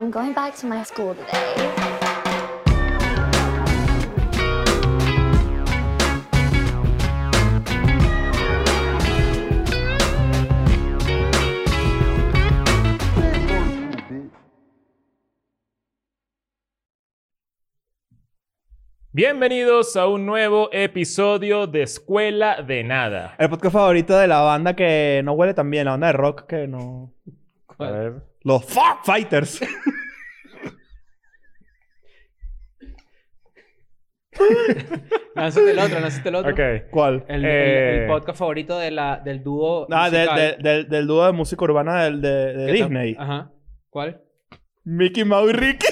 I'm going back to my school today. Bienvenidos a un nuevo episodio de Escuela de Nada. El podcast favorito de la banda que no huele tan bien, la banda de rock que no. A ver. Los Fuck Fighters. Lánzate Ah, el otro, lánzate el otro. Ok. ¿Cuál? El, el- Eh. el podcast favorito de la, del dúo. Ah, de- musical. de- del- del dúo de música urbana del, de, de ¿Qué tal? Disney. Ah. Ajá. ¿Cuál? Mickey Mouse y Ricky.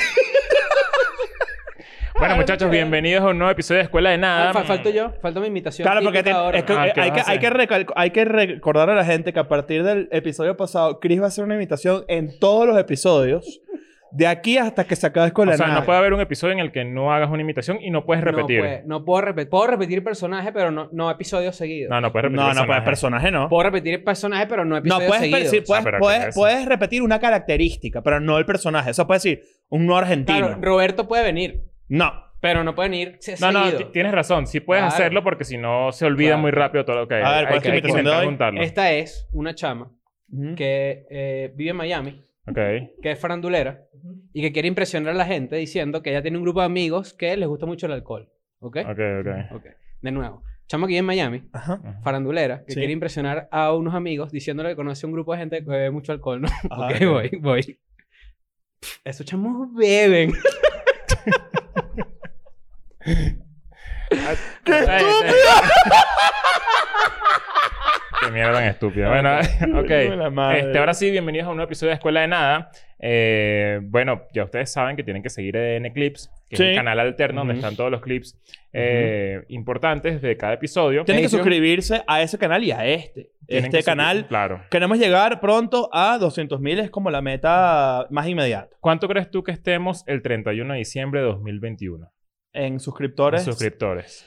Bueno, muchachos, bienvenidos a un nuevo episodio de Escuela de Ah, Nada. fa- falto yo, falta mi imitación. mm. Claro, porque típica te- ahora. es que- Ah, ¿qué hay, vas a que, hay, hacer? que recal- hay que recordar a la gente que a partir del episodio pasado, Chris va a hacer una imitación en todos los episodios. De aquí hasta que se acabe con O la sea, no puede haber un episodio en el que no hagas una imitación y no puedes repetir. No, pues, no puedo repetir. Puedo repetir personaje, pero no, no episodio seguido. No, no puedes repetir. no, no puede personaje. personaje, no. Puedo repetir personaje, pero no No, episodio puedes, seguido. decir- puedes, Ah, pero ¿qué puedes- es eso? puedes repetir una característica, pero no el personaje. Eso puede decir un no argentino. Claro, Roberto puede venir, no. pero no puede venir se- No, no, seguido. ti- tienes razón. Sí puedes Claro. hacerlo porque si no se olvida Claro. Este. muy rápido todo lo que hay. A ver, ¿cuál hay es tu que, hay que imitación de intentar hoy? juntarlo. Esta es una chama Ujú. que eh, vive en Miami, Ok. que es farandulera y que quiere impresionar a la gente diciendo que ella tiene un grupo de amigos que les gusta mucho el alcohol. ¿Ok? Ok, ok. Ok. De nuevo. Chama que vive en Miami, Ajá. farandulera, que Sí. quiere impresionar a unos amigos diciéndole que conoce un grupo de gente que bebe mucho alcohol, ¿no? Ajá. Ah, ok, voy, voy. Pff, Esos chamos beben. ¡Qué estúpida! ¡Qué mierda tan estúpida! Bueno, ok. La madre. Este, ahora sí, bienvenidos a un nuevo episodio de Escuela de Nada. Eh, bueno, ya ustedes saben que tienen que seguir EDN Clips, que es Sí. el canal alterno donde Ujú. están todos los clips eh, importantes de cada episodio. Tienen que Patreon. suscribirse a ese canal y a este. Tienen este que canal. seguir- Claro. Queremos llegar pronto a 200.000, es como la meta más inmediata. ¿Cuánto crees tú que estemos el 31 de diciembre de 2021? En suscriptores, Suscriptores.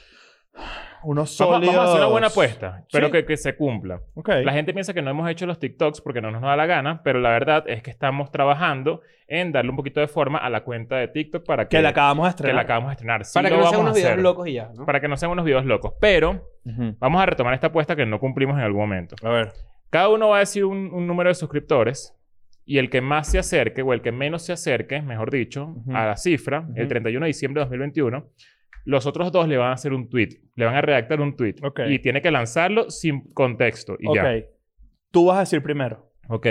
unos Vamos, sólidos. vamos a hacer una buena apuesta. Espero Sí. que, que se cumpla. Ok. La gente piensa que no hemos hecho los TikToks porque no nos da la gana, pero la verdad es que estamos trabajando en darle un poquito de forma a la cuenta de TikTok para que, Que la acabamos de que la estrenar. acabamos de estrenar. Sí Para que lo no sean vamos a unos videos hacer. locos y ya, ¿no? Para que no sean unos videos locos. Pero Ujú. vamos a retomar esta apuesta que no cumplimos en algún momento. A ver. Cada uno va a decir un, un número de suscriptores y el que más se acerque o el que menos se acerque, mejor dicho, Ujú. a la cifra, el Ujú. 31 de diciembre de 2021, los otros dos le van a hacer un tweet. Le van a redactar un tweet. Ok. Y tiene que lanzarlo sin contexto. Y ok. ya. Tú vas a decir primero. Ok.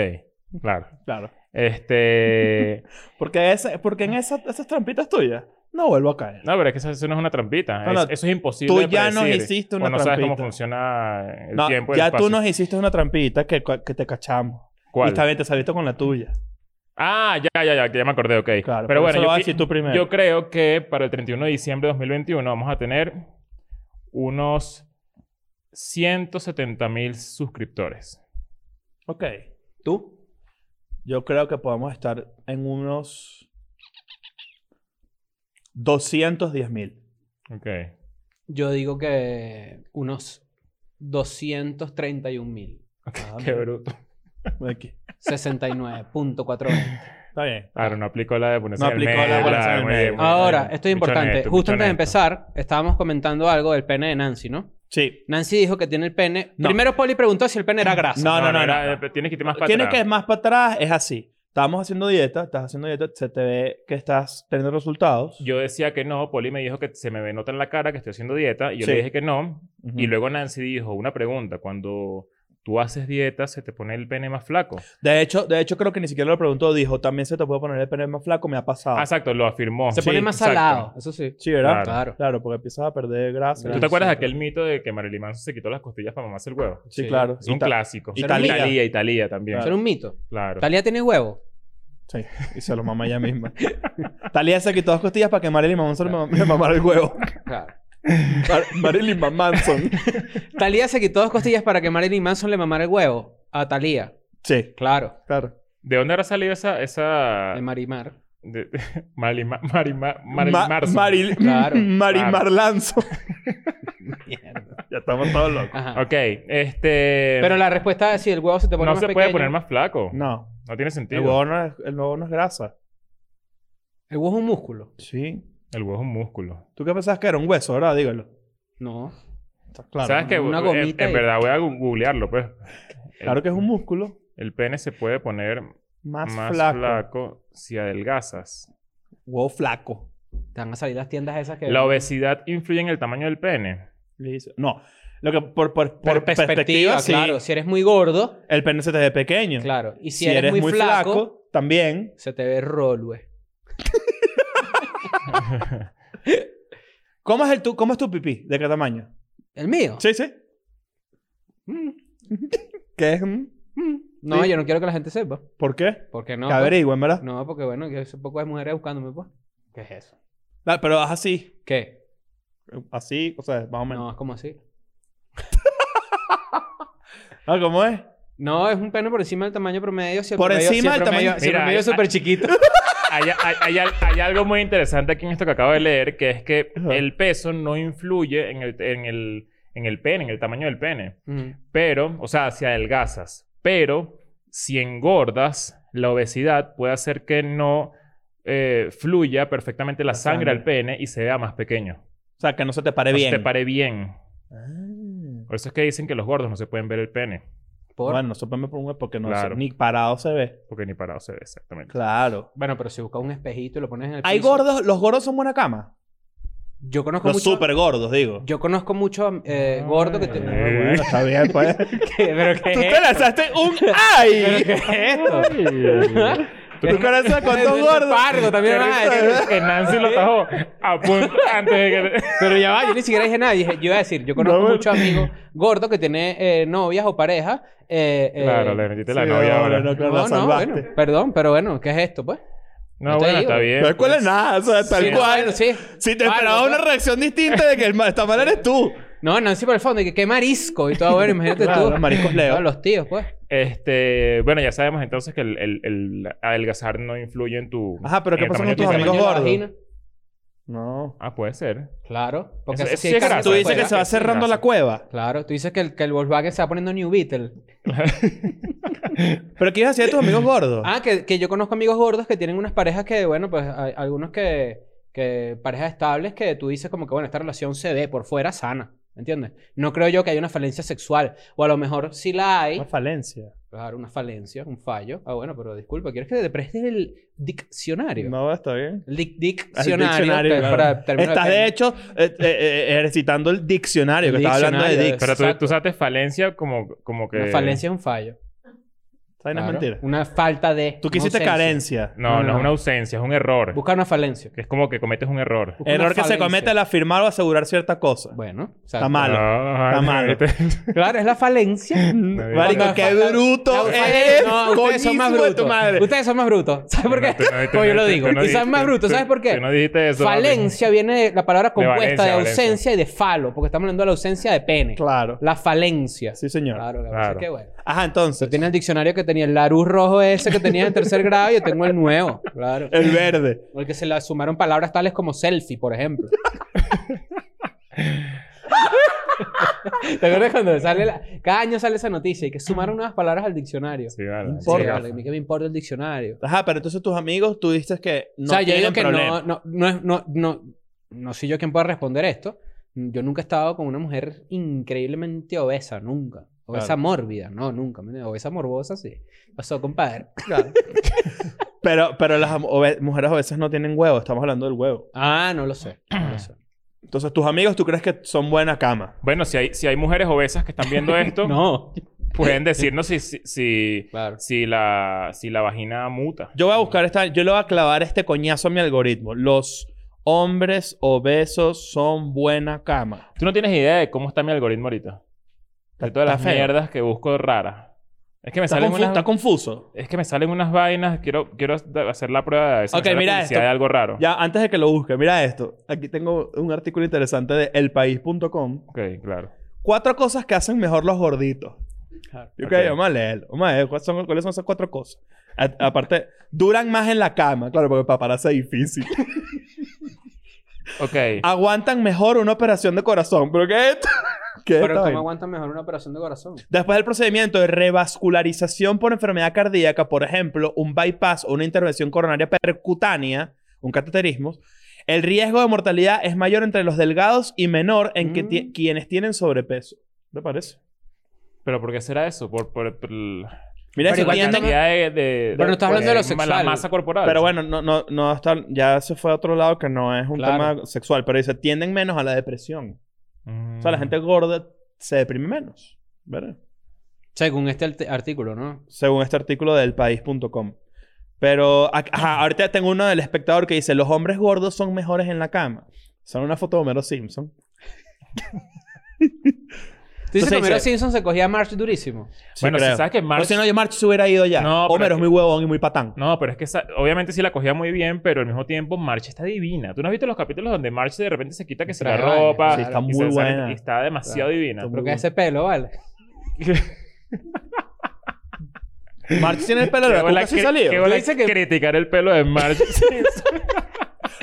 Claro. Claro. Este. Porque, ese, porque en esa- esas trampitas tuyas no vuelvo a caer. No, pero es que eso, eso no es una trampita. No, no. Es- eso es imposible. Tú de ya nos predecir. hiciste O una no sabes cómo trampita. funciona el No, tiempo. y el ya espacio. tú nos hiciste una trampita que, que te cachamos. ¿Cuál? Y también te saliste con la tuya. Ah, ya, ya, ya, ya me acordé, ok. Claro. Pero por eso bueno, lo vas a yo, decir tú primero. yo creo que para el 31 de diciembre de 2021 vamos a tener unos 170 mil suscriptores. Ok. ¿Tú? Yo creo que podemos estar en unos 210 mil. Ok. Ah, Yo digo que unos 231 mil. Ah, Qué bruto. Aquí. 69.4. Está bien. Claro, Ah, no aplicó la de ponerse No en el aplicó la medio. de ponerse claro, en el muy medio. bien, muy Ahora, bien. esto es importante. Bicho honesto, Justo bicho antes de honesto. empezar, estábamos comentando algo del pene de Nancy, ¿no? Sí. Nancy dijo que tiene el pene. No. Primero Poli preguntó si el pene era grasa. No, no, no, era- eh, no. Tienes que ir más para Tienes que atrás. ir más para atrás, es así. Estábamos haciendo dieta, estás haciendo dieta, se te ve que estás teniendo resultados. Yo decía que no, Poli me dijo que se me ve nota en la cara que estoy haciendo dieta. Y yo Sí. le dije que no. Ujú. Y luego Nancy dijo una pregunta. Cuando tú haces dieta, ¿se te pone el pene más flaco? De hecho, de hecho, creo que ni siquiera lo preguntó, dijo, también se te puede poner el pene más flaco, me ha pasado. Ah, exacto, lo afirmó. Se pone Sí, más exacto. salado. Eso sí. sí, ¿verdad? Claro. Claro. Claro, porque empiezas a perder grasa. ¿Tú te acuerdas de aquel mito de que Marilyn Manson se quitó las costillas para mamarse el huevo? Sí, Sí. claro. Es un Ita- clásico. Italia. Italia, Italia también. Eso Claro. era un mito. Claro. Talía tiene huevo. Sí, y se lo mama ella misma. Talía se quitó las costillas para que Marilyn Manson me me mamara el huevo. Claro. Mar- Marilyn Manson. Talía se quitó dos costillas para que Marilyn Manson le mamara el huevo a Talía. Sí, Claro. claro. ¿De dónde habrá salido esa... esa... De Marimar. de- Marilyn Ma- Marilyn Ma- Marilyn Ma- Manson? Maril- Claro, Marimar claro. Lanzo. Mierda. ya estamos todos locos. Ajá. Ok, este... Pero la respuesta es si el huevo se te pone no más se pequeño. puede poner más flaco. No, No, tiene el sentido. huevo no es, el huevo no es grasa. El huevo es un músculo. Sí. El huevo es un músculo. ¿Tú qué pensabas que era un hueso, verdad? Dígalo. No. Está claro. ¿Sabes qué? una En- gomita en, y- verdad voy a gu- googlearlo, pues. Claro que es un músculo El pene se puede poner más, más, flaco. flaco. si adelgazas. Huevo flaco. Te van a salir las tiendas esas que... La obesidad influye en el tamaño del pene. Le dice- No. Lo que por, por, Por por perspectiva, sí. claro. Si eres muy gordo, El pene se te ve pequeño. claro. Y si, eres, muy, flaco, también. se te ve rolwe. ¿Cómo es, el tu, ¿Cómo es tu pipí? ¿De qué tamaño? ¿El mío? Sí, sí. Mm, ¿Qué es? mm? mm. No, Sí. yo no quiero que la gente sepa. ¿Por qué? Porque no. que pues. averigüen, ¿verdad? No, porque bueno, yo hace poco hay mujeres buscándome, pues. ¿Qué es eso? Ah, Pero haz así. ¿Qué? Así, o sea, más o menos. No, es como así. Ah, ¿Cómo es? No, es un pene por encima del tamaño promedio. Si el Por promedio- si encima el del promedio- tamaño- ah. si el Mira, promedio hay- es súper chiquito. Hay, hay- hay al- hay algo muy interesante aquí en esto que acabo de leer, que es que Ajá. el peso no influye en el, en el, en el pene, en el tamaño del pene. Ujú. Pero, o sea, si adelgazas. Pero, si engordas, la obesidad puede hacer que no eh, fluya perfectamente la, sangre, sangre. al pene y se vea más pequeño. O sea, que no se te pare No se bien. te pare bien. Ah. Por eso es que dicen que los gordos no se pueden ver el pene. Por- Bueno. Bueno, sópame por un porque no Claro. se- ni parado se ve. Porque ni parado se ve exactamente. Claro. pero si buscas un espejito y lo pones en el Hay piso- gordos, los gordos son buena cama. Yo conozco Los mucho... super gordos, digo. Yo conozco mucho eh, gordo que... Ah, te- Eh. bueno, está bien, pues. ¿Pero qué Tú es te lanzaste un ay. ¿Pero qué es esto? Tu corazón con dos gordos. Pargo, también van a decir. Que Nancy lo tajó a punto antes de que... le- Pero ya va, yo ni siquiera dije nada. Dije- yo iba a decir, yo conozco No, bueno. muchos amigos gordos que tienen eh, novias o parejas. eh, eh, Claro, le metiste la Sí, novia no, ahora. no, No, claro, la salvaste. bueno, perdón, pero bueno, ¿qué es esto, pues? no te bueno, digo. está bien. No es cuál es nada, o sea, tal pues. Sí, no, cual. bueno, sí. Si te Pargo, esperaba una pues. reacción distinta de que el ma- esta mal eres tú. No, Nancy por el fondo, y que qué marisco y todo, bueno, imagínate Claro, tú. mariscos Leo. Todos los tíos, pues. Este, bueno, ya sabemos entonces que el, el- el adelgazar no influye en tu. Ajá, pero en ¿qué el pasó tamaño con de tus tu amigos pene. Tamaño de la gordos? vagina. No. Ah, puede ser. Claro, porque Eso- así eso Ah, sí pues, hay sí es carne grasa. Tú dices afuera. que se va cerrando la cueva. Claro, tú dices que el, que el Volkswagen se va poniendo New Beetle. ¿Pero qué ibas a decir de tus amigos gordos? Ah, que, que yo conozco amigos gordos que tienen unas parejas que, bueno, pues hay algunos que, que parejas estables que tú dices como que, bueno, esta relación se ve por fuera sana, ¿entiendes? No creo yo que haya una falencia sexual, o a lo mejor si la hay, Una falencia. claro, una falencia, un fallo. Ah, bueno, pero disculpa, ¿quieres que te prestes el diccionario? No, está bien. El dic- El diccionario, diccionario, que es claro. para términos Estás pene. de hecho eh, eh, eh, ejercitando el diccionario, El que estaba hablando de diccionario, dick. Pero tú, Exacto. tú usaste falencia como, como que. Una falencia es un fallo. ¿Sabes? No es claro. mentira. Una falta de... Tú una quisiste ausencia. carencia. No, no, No, no, no. es una ausencia, es un error. Busca una falencia. Que es como que cometes un error. Busca una Error que se falencia. comete al afirmar o asegurar cierta cosa. Bueno, o sea, Está malo. Ah, Está malo. ¿viste? Claro, es la falencia. Marico, Cuando- qué bruto No, eres. no, ustedes son más coñísimo de tu brutos. madre. Ustedes son más brutos. ¿Sabes por qué? Tú no- tú Pues yo no- lo tú digo. no Y son dijiste- más brutos. tú- ¿Sabes por qué? tú no dijiste eso. falencia viene de la palabra compuesta de, Valencia, ausencia Valencia. y de falo, porque estamos hablando de la ausencia de pene. Claro. La falencia. Sí, señor. Claro, claro. Claro. Así que bueno. Ajá, Tú entonces. tienes el diccionario que tenía el Larus rojo ese que tenía en tercer grado y yo tengo el nuevo. Claro. El verde. Porque se le sumaron palabras tales como selfie, por ejemplo. ¿Te acuerdas cuando sale la... Cada año sale esa noticia y que sumaron nuevas palabras al diccionario. Sí, vale. Sí, Por- Sí, vale, a mí que me importa el diccionario. Ajá, pero entonces tus amigos, tú dices que no o sea, yo tienen digo que problema. no, no, no, es- no, no, no soy yo quien pueda responder esto. Yo nunca he estado con una mujer increíblemente obesa, nunca. Obesa Claro. mórbida, no, nunca. ¿me entiendes? Obesa morbosa, sí. Pasó, compadre. Pero, pero las am- obe- mujeres a veces no tienen huevo. Estamos hablando del huevo. Ah, no lo sé. No lo sé. Entonces, tus amigos, ¿tú crees que son buena cama? Bueno, si hay, si hay mujeres obesas que están viendo esto, No. pueden decirnos si, si, si, Claro. si la, si la vagina muta. Yo voy a buscar esta... Yo le voy a clavar este coñazo a mi algoritmo. Los hombres obesos son buena cama. Tú no tienes idea de cómo está mi algoritmo ahorita. De todas las Está feo. mierdas que busco raras. Es que me Está, salen confu- unas... está confuso. Es que me salen unas vainas. Quiero, quiero da- hacer la prueba de eso. Ok, mira esto. Si hay algo raro. Ya, antes de que lo busque, mira esto. Aquí tengo un artículo interesante de elpaís.com. Ok, claro. Cuatro cosas que hacen mejor los gorditos. Claro. Yo Ok. creo, vamos a leerlo. Vamos a ver cuáles son, cuáles son esas cuatro cosas. A- aparte, duran más en la cama. Claro, porque para pararse es difícil. Ok. Aguantan mejor una operación de corazón. ¿Pero qué es esto? ¿Qué es Pero esta ¿cómo vaina? aguanta mejor una operación de corazón? Después del procedimiento de revascularización por enfermedad cardíaca, por ejemplo, un bypass o una intervención coronaria percutánea, un cateterismo, el riesgo de mortalidad es mayor entre los delgados y menor en que ti- Mm. quienes tienen sobrepeso. ¿Te parece? ¿Pero por qué será eso? Por, por, por la Mira, Pero si igual tienden- también- cantidad de, de- Pero no estás hablando de lo eh, ma- La sexual. masa corporal. Pero bueno, no, no, no está, ya se fue a otro lado que no es un Claro. tema sexual, pero dice, tienden menos a la depresión. Mm. O sea, la gente gorda se deprime menos, ¿verdad? Según este art- artículo, ¿no? Según este artículo del país.com. Pero, a- ajá, ahorita tengo uno del espectador que dice, los hombres gordos son mejores en la cama. Son una foto de Homero Simpson. Tú dices Entonces que Homero dice- Simpson se cogía a March durísimo. Sí, Bueno, si creo. sabes que Pero March- si no, yo March se hubiera ido ya. No, pero Homero es es muy huevón y muy patán. No, pero es que esa- obviamente sí la cogía muy bien, pero al mismo tiempo March está divina. ¿Tú no has visto los capítulos donde March de repente se quita que se la Traje baño, ropa? sí, está y muy se sale- buena. y está demasiado Claro. divina. Está Pero que ese pelo, ¿vale? March tiene el pelo de Qué la bola cuca sí cri- salido. qué bola Dice que- criticar el pelo de March.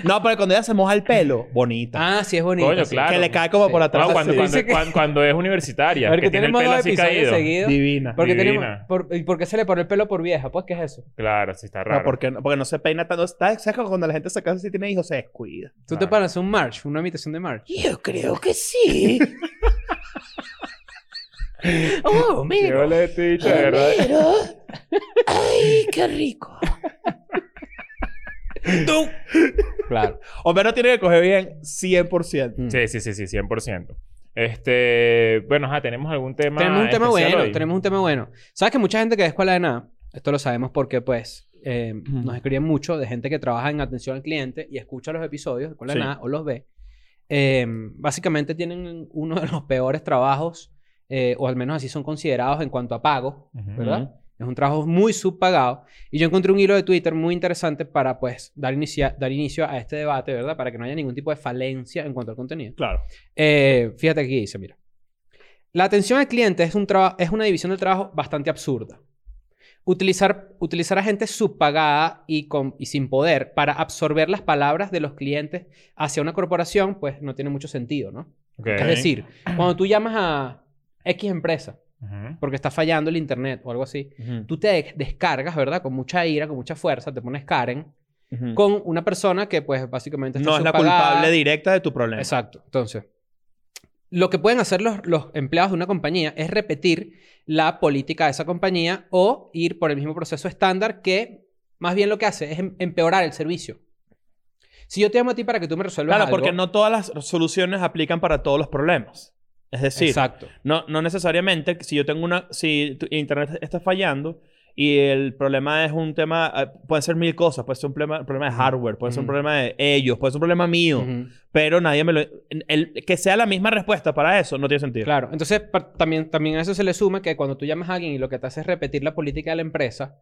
No, pero cuando ella se moja el pelo, bonita. Ah, sí, es bonito. Coño, sí. claro. Que le cae como Sí. por No, atrás. cuando, así. cuando, Dice que- cuan- cuando es universitaria. Porque que tiene el tenemos pelo dos así episodios caído. seguidos. Divina. Porque Divina. tenemos, por, ¿Y por qué se le paró el pelo por vieja? Pues, ¿qué es eso? Claro, sí está No, raro. porque, no- porque no se peina tanto. Está, ¿Sabes cuando la gente se casa y tiene hijos? Se descuida. Tú te Claro. paras un March, una imitación de March. Yo creo que sí. ¡Oh, Qué bola de ticha, de verdad. ¡Ay, qué rico! Claro. Homero tiene que coger bien 100%. Mm. Sí, sí, sí, sí, 100%. Este, bueno, ajá, tenemos algún tema. Tenemos un tema especial bueno, hoy? tenemos un tema bueno. ¿Sabes que mucha gente que es escuela de nada? Esto lo sabemos porque, pues, eh, Ujú. nos escriben mucho de gente que trabaja en atención al cliente y escucha los episodios de escuela Sí. de nada o los ve. Eh, básicamente tienen uno de los peores trabajos, eh, o al menos así son considerados en cuanto a pago, Ujú. ¿verdad? Es un trabajo muy subpagado. Y yo encontré un hilo de Twitter muy interesante para, pues, dar, inicia- dar inicio a este debate, ¿verdad? Para que no haya ningún tipo de falencia en cuanto al contenido. Claro. Eh, fíjate aquí dice, mira. La atención al cliente es, un traba- es una división del trabajo bastante absurda. Utilizar, utilizar a gente subpagada y, con, y sin poder para absorber las palabras de los clientes hacia una corporación, pues no tiene mucho sentido, ¿no? Ok. Es decir, cuando tú llamas a X empresa Ujú. porque está fallando el internet o algo así, tú te des- descargas, ¿verdad? Con mucha ira, con mucha fuerza, te pones Karen Ujú. con una persona que pues básicamente está No es la subpagada. culpable directa de tu problema. Exacto. Entonces, lo que pueden hacer los, los empleados de una compañía es repetir la política de esa compañía o ir por el mismo proceso estándar que más bien lo que hace es em- empeorar el servicio. Si yo te llamo a ti para que tú me resuelvas Claro, algo- porque no todas las soluciones aplican para todos los problemas. Es decir, Exacto. no, no necesariamente, si yo tengo una, si tu internet está fallando y el problema es un tema, eh, pueden ser mil cosas, puede ser un problema, problema de Ujú. hardware, puede ser un Ujú. problema de ellos, puede ser un problema mío, Ujú. pero nadie me lo... el- que sea la misma respuesta para eso no tiene sentido. Claro. Entonces, par- también, también a eso se le suma que cuando tú llamas a alguien y lo que te hace es repetir la política de la empresa,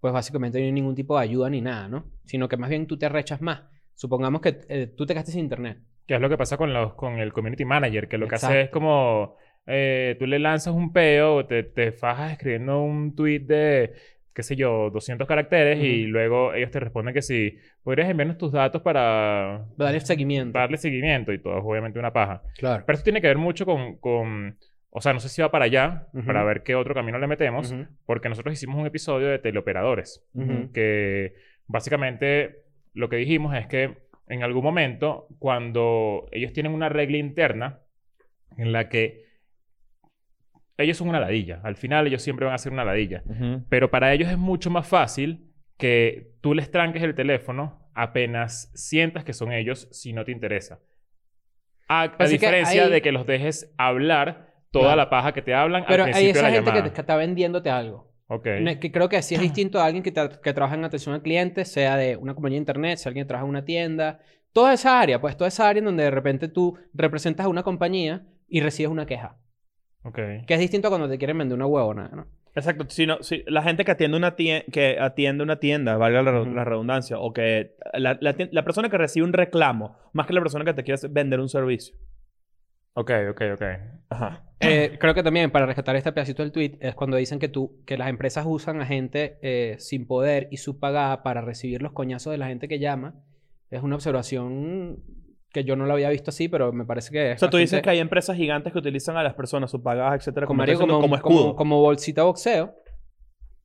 pues básicamente no hay ningún tipo de ayuda ni nada, ¿no? Sino que más bien tú te arrechas más. Supongamos que eh, tú te quedaste sin internet. Que es lo que pasa con, los, con el community manager, que lo que hace Exacto. es como eh, tú le lanzas un peo, o te, te fajas escribiendo un tweet de, qué sé yo, 200 caracteres y Ujú. luego ellos te responden que sí, podrías enviarnos tus datos para Darle seguimiento. darle seguimiento y todo es obviamente una paja. Claro. Pero eso tiene que ver mucho con, con o sea, no sé si va para allá, Ujú. para ver qué otro camino le metemos, Ujú. porque nosotros hicimos un episodio de teleoperadores, Ujú. que básicamente lo que dijimos es que en algún momento, cuando ellos tienen una regla interna en la que ellos son una ladilla, al final ellos siempre van a ser una ladilla, Ujú. pero para ellos es mucho más fácil que tú les tranques el teléfono apenas sientas que son ellos si no te interesa. A, a Así Pues que diferencia ahí- de que los dejes hablar toda Claro. la paja que te hablan Pero al hay principio de esa la gente que, llamada. te- que está vendiéndote algo. Ok. Ne- Que creo que sí es distinto a alguien que, tra- que trabaja en atención al cliente, sea de una compañía de internet, sea alguien que trabaja en una tienda. Toda esa área, pues toda esa área en donde de repente tú representas a una compañía y recibes una queja. ok. Que es distinto a cuando te quieren vender una huevona, ¿no? Exacto. Si no- si la gente que atiende una tienda, que atiende una tienda, valga la, Ujú. la redundancia, o que la, la tien- la persona que recibe un reclamo, más que la persona que te quiere vender un servicio. Ok, ok, ok. Ajá. Eh, creo que también para rescatar este pedacito del tweet es cuando dicen que tú que las empresas usan a gente eh, sin poder y subpagada para recibir los coñazos de la gente que llama. Es una observación que yo no la había visto así, pero me parece que es O sea, tú dices bastante- que hay empresas gigantes que utilizan a las personas subpagadas, etcétera, como, como, marico, estás diciendo, como, como como- escudo. como bolsita boxeo.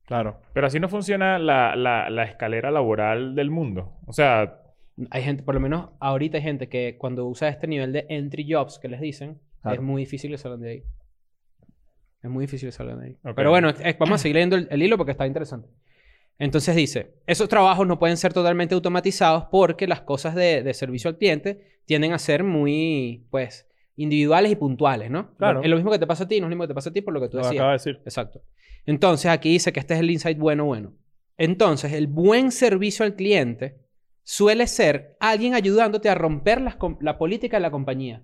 Claro. Pero así no funciona la, la- la escalera laboral del mundo. O sea, Hay gente, por lo menos ahorita hay gente que cuando usa este nivel de entry jobs que les dicen, Claro. es muy difícil que salgan de ahí. Es muy difícil que salgan de ahí. Ok. Pero bueno, eh, vamos a seguir leyendo el, el hilo porque está interesante. Entonces dice, esos trabajos no pueden ser totalmente automatizados porque las cosas de, de servicio al cliente tienden a ser muy, pues, individuales y puntuales, ¿no? Claro. Es lo mismo que te pasa a ti, no es lo mismo que te pasa a ti por lo que tú Lo decías. acabo de decir. Exacto. Entonces, aquí dice que este es el insight bueno, bueno. Entonces, el buen servicio al cliente suele ser alguien ayudándote a romper las com- la política de la compañía.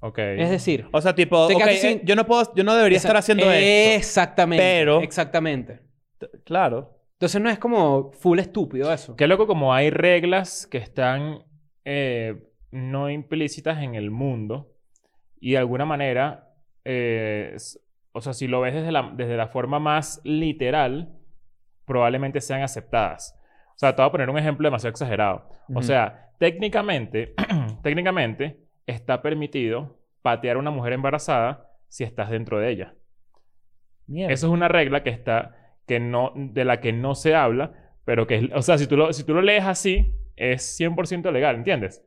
Ok. Es decir, O sea, tipo, Te ok, quedaste eh, sin- yo no puedo, yo no debería esa- estar haciendo esto. Exactamente. pero- Exactamente. Claro. Entonces, no es como full estúpido eso. Qué loco como hay reglas que están eh, no implícitas en el mundo y de alguna manera, eh, s- o sea, si lo ves desde la, desde la forma más literal, probablemente sean aceptadas. O sea, te voy a poner un ejemplo demasiado exagerado. O Ujú. sea, técnicamente, técnicamente está permitido patear a una mujer embarazada si estás dentro de ella. Mierda. Eso es una regla que está, que no, de la que no se habla, pero que, es- o sea, si tú lo, si tú lo lees así, es 100% legal, ¿entiendes?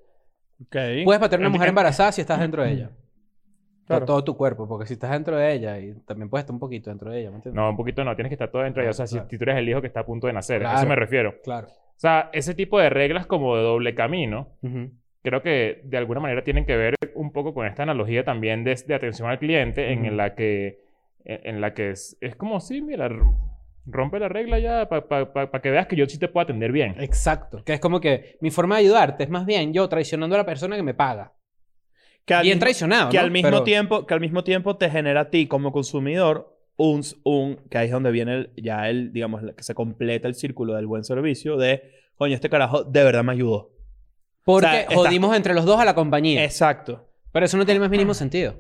Ok. Puedes patear a una Enti- mujer en- embarazada si estás dentro de ella. Claro. Por todo tu cuerpo, porque si estás dentro de ella, y también puedes estar un poquito dentro de ella, ¿me entiendes? No, un poquito no, tienes que estar todo dentro de ella. O sea, si- Claro. si tú eres el hijo que está a punto de nacer, a eso Claro. me refiero. Claro. O sea, ese tipo de reglas como de doble camino, Ujú. creo que de alguna manera tienen que ver un poco con esta analogía también de, de atención al cliente en, Ujú. la que en, en la que es, es como sí mira r- rompe la regla ya para que veas que yo sí te puedo atender bien Exacto. Que es como que mi forma de ayudarte es más bien yo traicionando a la persona que me paga. Que al Bien mismo- traicionado. que ¿no? al mismo Pero- tiempo que al mismo tiempo te genera a ti como consumidor un, un que ahí es donde viene el, ya el digamos la- que se completa el círculo del buen servicio de coño este carajo de verdad me ayudó Porque O sea, está- jodimos entre los dos a la compañía. exacto Pero eso no tiene el más mínimo sentido.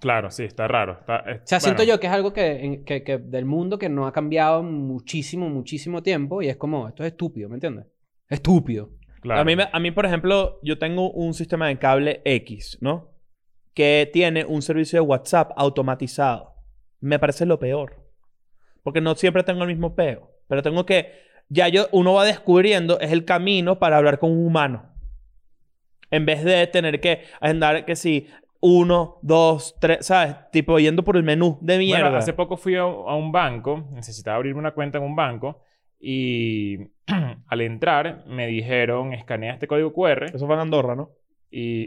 claro sí está raro está, es- O sea, siento bueno. yo que es algo que, en- que- que del mundo que no ha cambiado en muchísimo, muchísimo tiempo y es como, esto es estúpido, ¿me entiendes? Estúpido. Claro. a mí me- a mí por ejemplo yo tengo un sistema de cable X no que tiene un servicio de WhatsApp automatizado me parece lo peor porque no siempre tengo el mismo peo pero tengo que ya yo uno va descubriendo es el camino para hablar con un humano En vez de tener que agendar que si uno, dos, tres, ¿sabes? Tipo yendo por el menú de Bueno, mierda. hace poco fui a, a un banco, necesitaba abrirme una cuenta en un banco y al entrar me dijeron escanea este código QR Eso fue en Andorra, ¿no? y,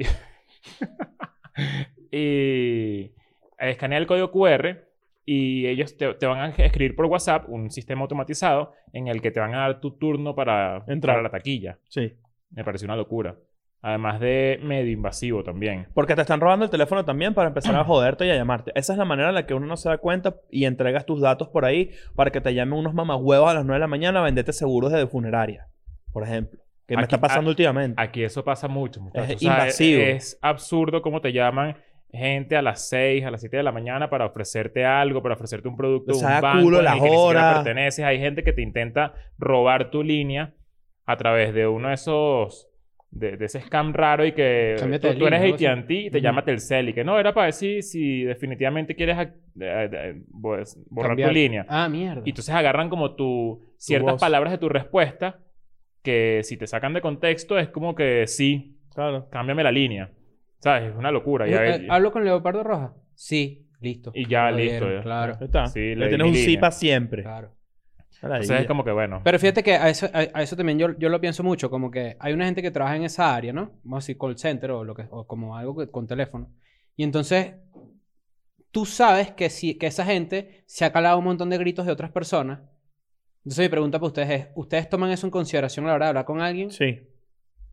y escanea el código QR y ellos te, te van a escribir por WhatsApp un sistema automatizado en el que te van a dar tu turno para Entrar. entrar a la taquilla. Sí. Me pareció una locura. Además de medio invasivo también. Porque te están robando el teléfono también para empezar a joderte y a llamarte. Esa es la manera en la que uno no se da cuenta y entregas tus datos por ahí para que te llamen unos mamagüevos a las 9 de la mañana a venderte seguros de funeraria, por ejemplo. Que me Aquí- está pasando últimamente. Aquí eso pasa mucho, muchachos. Es invasivo. Es, es absurdo cómo te llaman gente a las 6, a las 7 de la mañana para ofrecerte algo, para ofrecerte un producto, O sea, un banco culo en el las que ni siquiera horas. perteneces. Hay gente que te intenta robar tu línea a través de uno de esos... De, de ese scam raro y que tú, Cámbiate de tú eres línea, algo así. AT&T y te Ujú. llama Telcel y que no, era para decir si definitivamente quieres ac- eh, eh, pues, borrar Cambiar. tu línea. Ah, mierda. Y entonces agarran como tu ciertas voz. palabras de tu respuesta que si te sacan de contexto es como que sí, Claro. cámbiame la línea. ¿Sabes? Es una locura. Eh, Ya, eh, ¿Hablo con Leopardo Roja? Sí, listo. Y ya, Lo listo, vieron, ya. Claro, Ahí está. Sí, Le le di tienes mi un línea. Ah, sí para siempre. claro. entonces es como que bueno. Pero fíjate que a eso, a, a eso también yo, yo lo pienso mucho, como que hay una gente que trabaja en esa área, ¿no? Vamos a decir call center o, lo que, o como algo que- con teléfono. Y entonces, tú sabes que, si, que esa gente se ha calado un montón de gritos de otras personas. Entonces mi pregunta para ustedes es, ¿ustedes toman eso en consideración a la hora de hablar con alguien? Sí.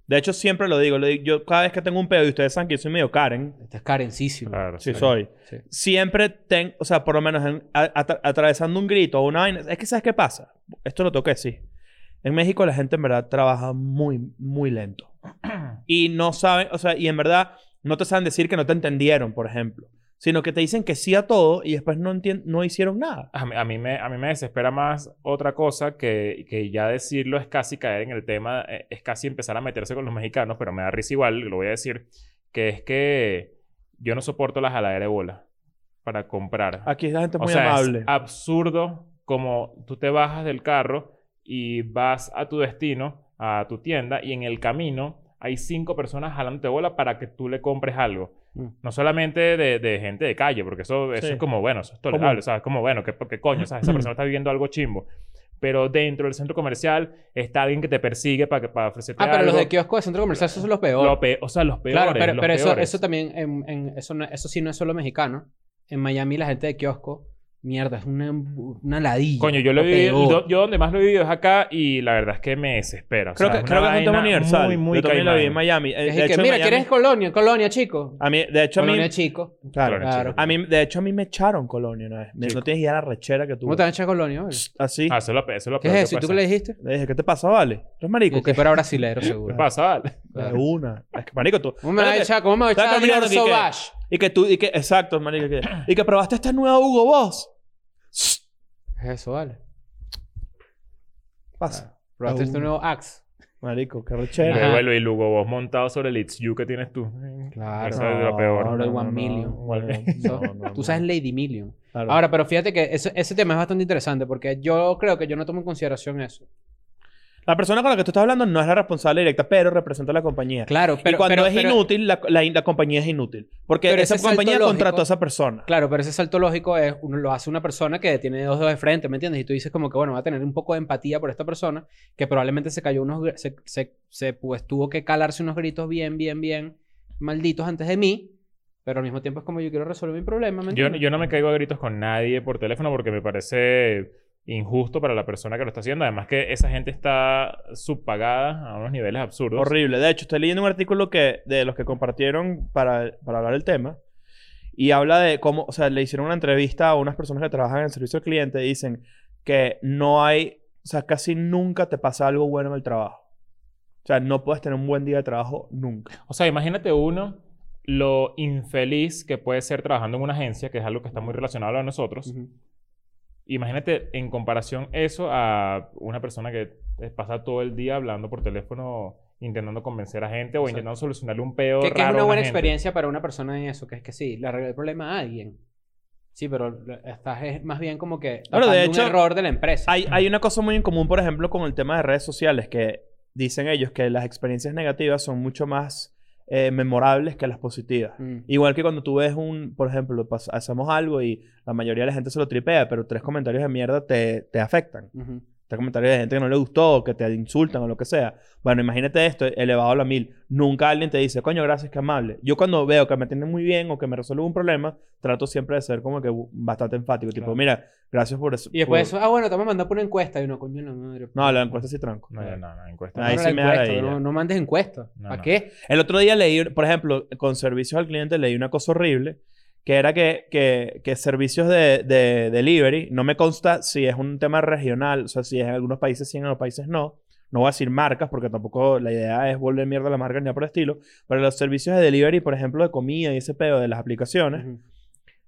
De hecho, siempre lo digo. lo digo- Yo cada vez que tengo un pedo, y ustedes saben que yo soy medio Karen. Este es carencísimo. Claro, Sí, sí. soy. Sí. Siempre tengo, o sea, por lo menos en- a- atra- atravesando un grito o una vaina. Es que ¿sabes qué pasa? Esto lo toqué, sí. En México la gente en verdad trabaja muy, muy lento. Y no saben, o sea, y en verdad no te saben decir que no te entendieron, por ejemplo. Sino que te dicen que sí a todo y después no, entien- no hicieron nada. A mí, a, mí me, a mí me desespera más otra cosa que, que ya decirlo es casi caer en el tema, eh, es casi empezar a meterse con los mexicanos, pero me da risa igual, lo voy a decir, que es que yo no soporto la jaladera de bola para comprar. Aquí la gente es O muy sea, amable. es absurdo como tú te bajas del carro y vas a tu destino a tu tienda y en el camino hay cinco personas jalándote bola para que tú le compres algo. Mm. No solamente de, de gente de calle, porque eso, eso Sí. es como bueno, eso es Común. tolerable, ¿sabes? Como bueno, que, porque coño, ¿sabes? Mm. Esa persona está viviendo algo chimbo. Pero dentro del centro comercial está alguien que te persigue para, que- para ofrecerte Ah, pero los algo. de kiosco de centro comercial, esos son los peores. Lo pe- o sea, los peores. claro, pero, los pero eso, peores. eso también, en- en- eso, no- eso sí no es solo mexicano. En Miami la gente de kiosco, mierda, es una, una ladilla. Coño, yo lo he peor. vivido, yo, yo donde más lo he vivido es acá y la verdad es que me desespera. O Creo, sea, que, una creo que es un tema vaina universal. Muy, muy Yo también lo vi en caimán. Miami. Eh, Es de que, hecho, en mira, Miami- ¿quieres colonia? Colonia, chico. A mí, de hecho, a mí... colonia, chico. Claro. Colonia, Claro. chico. A mí, de hecho, a mí me echaron colonia una vez. Me- Chico. No tienes idea de la rechera que tuve. ¿Cómo te han hecho colonia? vale? Así. Ah, eso es lo pe- eso es lo ¿Qué peor que es eso? ¿Y tú puede qué le ser. dijiste? Le dije, ¿qué te pasa, vale? ¿Tú eres marico? El ¿Qué tipo era brasilero, seguro. ¿Qué Pues pasa? vale? De una. Es que, marico, tú... ¿Cómo me va a Espérate. echar? ¿Cómo me va a Estaba echar caminando Dinero y que- Sauvage? Y que tú... Y que, exacto, marico. que- y que probaste esta nueva Hugo Boss. Eso, vale. Pasa. Probaste Ah, este un- nuevo Axe. Marico, qué Y rechera. Ajá. luego y luego vos montado sobre el It's You que tienes tú. Claro. Eso es lo peor. Ahora el One no, Million. no, no, no, no. Tú sabes Lady Million. Claro. Ahora, pero fíjate que ese, ese tema es bastante interesante porque yo creo que yo no tomo en consideración eso. La persona con la que tú estás hablando no es la responsable directa, pero representa a la compañía. Claro, pero... y cuando pero- es pero- inútil, la, la, la compañía es inútil. Porque Pero esa ese salto compañía lógico- contrató a esa persona. Claro, pero ese salto lógico es, uno lo hace una persona que tiene dos dedos de frente, ¿me entiendes? Y tú dices como que, bueno, va a tener un poco de empatía por esta persona que probablemente se cayó unos... gr- Se, se, se, pues tuvo que calarse unos gritos bien, bien, bien malditos antes de mí, pero al mismo tiempo es como yo quiero resolver mi problema, ¿me Yo, entiendes? yo no me caigo a gritos con nadie por teléfono porque me parece injusto para la persona que lo está haciendo. Además que esa gente está subpagada a unos niveles absurdos. Horrible. De hecho, estoy leyendo un artículo que, de los que compartieron para, para hablar del tema. Y habla de cómo, o sea, le hicieron una entrevista a unas personas que trabajan en el servicio al cliente y dicen que no hay, o sea, casi nunca te pasa algo bueno en el trabajo. O sea, no puedes tener un buen día de trabajo nunca. O sea, imagínate uno lo infeliz que puede ser trabajando en una agencia, que es algo que está muy relacionado a lo de nosotros. Ujú. Imagínate en comparación eso a una persona que eh, pasa todo el día hablando por teléfono intentando convencer a gente o Exacto. intentando solucionarle un peo Que, que es raro a una buena gente. experiencia para una persona en eso, que es que sí, le arregla el problema a alguien. Sí, pero lo- estás es más bien como que Ahora, de tapando hecho, un error de la empresa. Hay, hay una cosa muy en común, por ejemplo, con el tema de redes sociales, que dicen ellos que las experiencias negativas son mucho más eh, memorables que las positivas. Mm. Igual que cuando tú ves un, por ejemplo, pas- hacemos algo y la mayoría de la gente se lo tripea, pero tres comentarios de mierda te, te afectan. Ujú. Tres comentarios de gente que no le gustó, o que te insultan o lo que sea. Bueno, imagínate esto, elevado a la mil. Nunca alguien te dice, coño, gracias, qué amable. Yo cuando veo que me atienden muy bien o que me resuelve un problema, trato siempre de ser como que bu- bastante enfático. Tipo, Claro. mira, gracias por eso. Y después por- eso, ah, bueno, te vamos a mandar por una encuesta. Y uno, coño, la madre. Pues pues. No, la encuesta sí tranco. No, no, no, no, encuesta. No, Ahí no, sí la me da encuesta, ladilla. no, no mandes encuestas. No, ¿Para no. qué? El otro día leí, por ejemplo, con servicios al cliente leí una cosa horrible, que era que, que, que servicios de, de delivery, no me consta si es un tema regional, o sea, si es en algunos países sí, en otros países no. No voy a decir marcas porque tampoco la idea es volver mierda a la marca ni nada por el estilo, pero los servicios de delivery, por ejemplo, de comida y ese pedo de las aplicaciones, Ujú.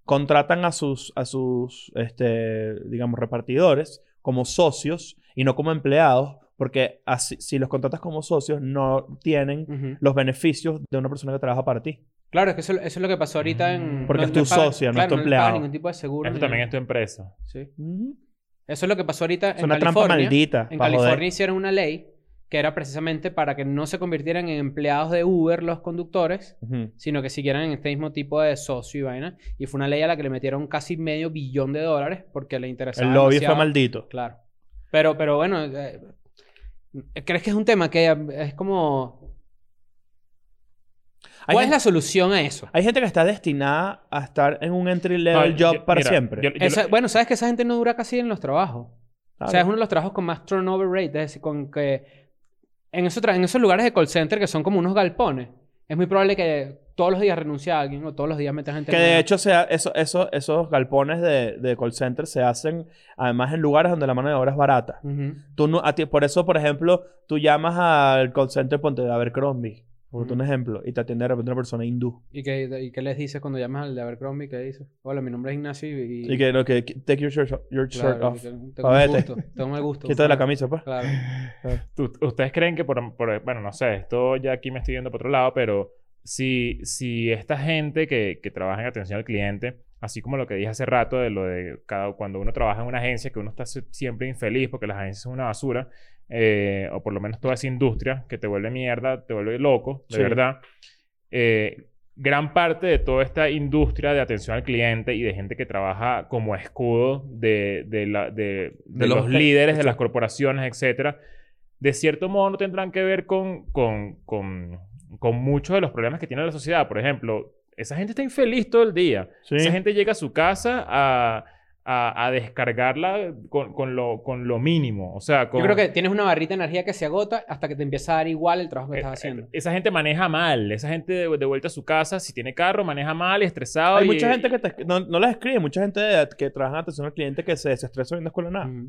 contratan a sus, a sus este, digamos, repartidores como socios y no como empleados, porque así, si los contratas como socios no tienen Ujú. los beneficios de una persona que trabaja para ti. Claro, es que eso, eso es lo que pasó ahorita en. Mm. Porque es tu pagas- socia, no es le tu pagas empleado. ningún tipo de seguro. Esto ni también nada. es tu empresa. Sí. Es Eso es lo que pasó ahorita en una trampa California. maldita. En pa' joder. California hicieron una ley que era precisamente para que no se convirtieran en empleados de Uber los conductores, Ujú. sino que siguieran en este mismo tipo de socio y vaina. Y fue una ley a la que le metieron casi medio billón de dólares porque le interesaba. El lobby demasiado. fue maldito. Claro. Pero, pero bueno, eh, ¿crees que es un tema que eh, es como... Hay, ¿Cuál es gen- la solución a eso? hay gente que está destinada a estar en un entry No, level yo- job para mira, siempre. yo- yo lo- Esa- bueno, sabes que esa gente no dura casi en los trabajos. Claro. O sea, es uno de los trabajos con más turnover rate, es decir, con que en, esos tra- en esos lugares de call center que son como unos galpones, es muy probable que todos los días renuncie a alguien o todos los días metas gente que nueva. de hecho sea, eso, eso- esos galpones de, de call center se hacen además en lugares donde la mano de obra es barata. Ujú. Tú no, a ti- por eso, por ejemplo, tú llamas al call center ponte a ver Crombie, por un Ujú. ejemplo, y te atiende de repente una persona hindú. ¿Y qué, y qué les dices cuando llamas al de Abercrombie? ¿Qué dices? Hola, mi nombre es Ignacio y... Y que, no, que take your shirt, Claro, your shirt off. y que- tengo Pa' mal vete. gusto, tengo mal gusto. Quítate la claro, camisa, pues. Claro. ¿Tú- ¿Ustedes creen que por, por- Bueno, no sé, esto ya aquí me estoy yendo por otro lado, pero si, si esta gente que, que trabaja en atención al cliente, así como lo que dije hace rato de lo de cada, cuando uno trabaja en una agencia, que uno está si- siempre infeliz porque las agencias son una basura, eh, o por lo menos toda esa industria que te vuelve mierda, te vuelve loco, de Sí. verdad. Eh, gran parte de toda esta industria de atención al cliente y de gente que trabaja como escudo de, de la- de- de los los, jefes, líderes de exacto. las corporaciones, etcétera, de cierto modo no tendrán que ver con, con, con, con muchos de los problemas que tiene la sociedad. Por ejemplo, esa gente está infeliz todo el día. Sí. Esa gente llega a su casa a, a- a descargarla con, con lo, con lo mínimo. O sea, con, Yo creo que tienes una barrita de energía que se agota hasta que te empieza a dar igual el trabajo que eh, estás eh, haciendo. Esa gente maneja mal. Esa gente de, de vuelta a su casa, si tiene carro, maneja mal, estresado. Hay y- mucha gente que te- no, no las escribe, mucha gente de- que trabaja en atención al cliente que se desestresa viendo escuela nada. Ujú.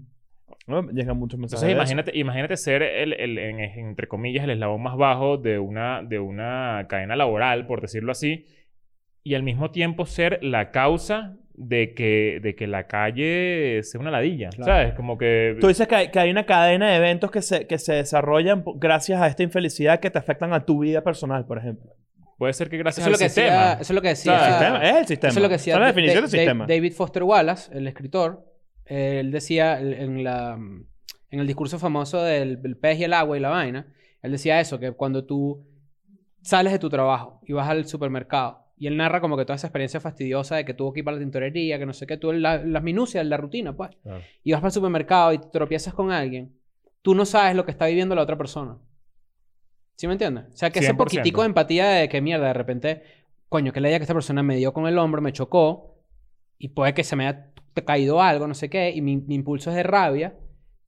¿no? Llegan muchos mensajes. Mm. Entonces de eso. imagínate, imagínate ser el, el- en- entre comillas, el eslabón más bajo de una, de una cadena laboral, por decirlo así, y al mismo tiempo ser la causa de que, de que la calle sea una ladilla. Claro. ¿Sabes? Como que. Tú dices que hay, que hay una cadena de eventos que se, que se desarrollan po- gracias a esta infelicidad que te afectan a tu vida personal, por ejemplo. Puede ser que Eso gracias es lo al que decía. sistema. Eso es lo que O sea, decía. el Sistema, es el sistema. Eso es lo que decía Esa es la Da- definición Da- del sistema. Da- David Foster Wallace, el escritor. eh, Él decía el- en, la, en el discurso famoso del el pez y el agua y la vaina, él decía eso, que cuando tú sales de tu trabajo y vas al supermercado, y él narra como que toda esa experiencia fastidiosa de que tuvo que ir para la tintorería, que no sé qué, tú la- las minucias, la rutina, pues. Claro. Y vas para el supermercado y te tropiezas con alguien, tú no sabes lo que está viviendo la otra persona. ¿Sí me entiendes? O sea, que ese 100%. poquitico de empatía de que mierda, de repente, coño, que la idea que esta persona me dio con el hombro, me chocó, y puede que se me haya t- caído algo, no sé qué, y mi, mi impulso es de rabia,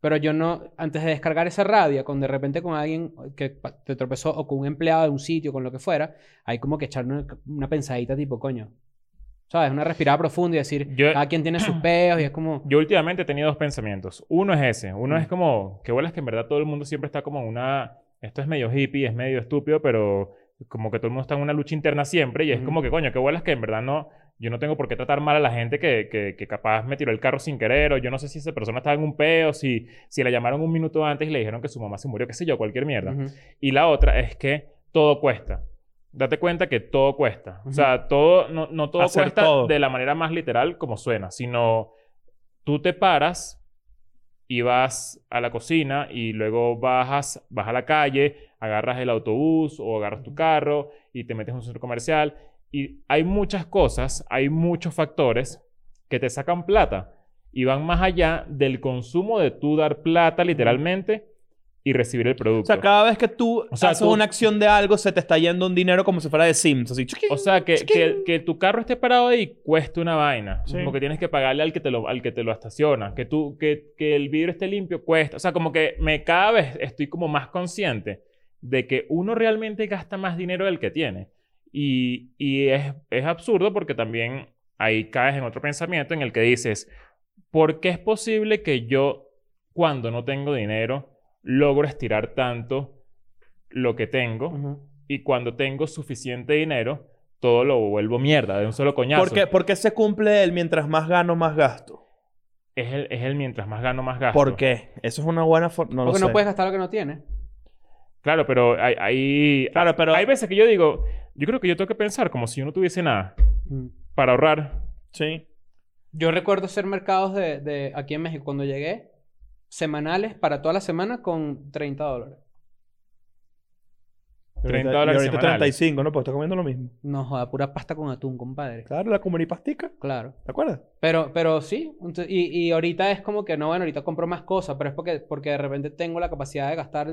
pero yo no, antes de descargar esa rabia, con de repente con alguien que pa- te tropezó o con un empleado de un sitio, con lo que fuera, hay como que echarle una, una pensadita tipo, coño, ¿sabes? Una respirada profunda y decir, Yo- cada quien tiene sus peos y es como... Yo últimamente he tenido dos pensamientos. Uno es ese. Uno Mm. es como, qué bolas que en verdad todo el mundo siempre está como en una... Esto es medio hippie, es medio estúpido, pero como que todo el mundo está en una lucha interna siempre. Y es Ujú. como que, coño, qué bolas que en verdad no... Yo no tengo por qué tratar mal a la gente que, que, que capaz me tiró el carro sin querer. O yo no sé si esa persona estaba en un peo, si, si la llamaron un minuto antes y le dijeron que su mamá se murió, qué sé yo, cualquier mierda. Ujú. Y la otra es que todo cuesta. Date cuenta que todo cuesta. O sea, todo, no, no todo Hacer cuesta todo. de la manera más literal como suena, sino tú te paras y vas a la cocina y luego bajas, vas a la calle, agarras el autobús o agarras tu carro y te metes en un centro comercial. Y hay muchas cosas, hay muchos factores que te sacan plata y van más allá del consumo de tú dar plata literalmente y recibir el O producto. sea, cada vez que tú O sea, haces tú- una acción de algo, se te está yendo un dinero como si fuera de Sims. Así, chiquín. O sea, que, que, que tu carro esté parado ahí cuesta una vaina. Sí. Porque tienes que pagarle al que te lo, al que te lo estaciona. Que, tú, que, que el vidrio esté limpio cuesta. O sea, como que me, cada vez estoy como más consciente de que uno realmente gasta más dinero del que tiene. Y, y es, es absurdo porque también ahí caes en otro pensamiento en el que dices, ¿por qué es posible que yo, cuando no tengo dinero, logro estirar tanto lo que tengo? Ujú. y cuando tengo suficiente dinero, todo lo vuelvo mierda de un solo coñazo. ¿Por qué, por qué se cumple el mientras más gano, más gasto? Es el, es el mientras más gano, más gasto. ¿Por qué? Eso es una buena forma. No lo Porque no sé. puedes gastar lo que no tienes. Claro, pero hay, hay, Claro, pero. hay veces que yo digo, yo creo que yo tengo que pensar como si yo no tuviese nada para ahorrar. Sí. Yo recuerdo hacer mercados de, de aquí en México cuando llegué, semanales para toda la semana con 30 dólares. Y 30 ahorita- dólares Y ahorita semanales. 35, ¿no? Pues estás comiendo lo mismo. No joda, pura pasta con atún, compadre. Claro, la comunipastica. Claro. ¿Te acuerdas? Pero, pero sí, ento- y, y ahorita es como que no, bueno, ahorita compro más cosas, pero es porque, porque de repente tengo la capacidad de gastar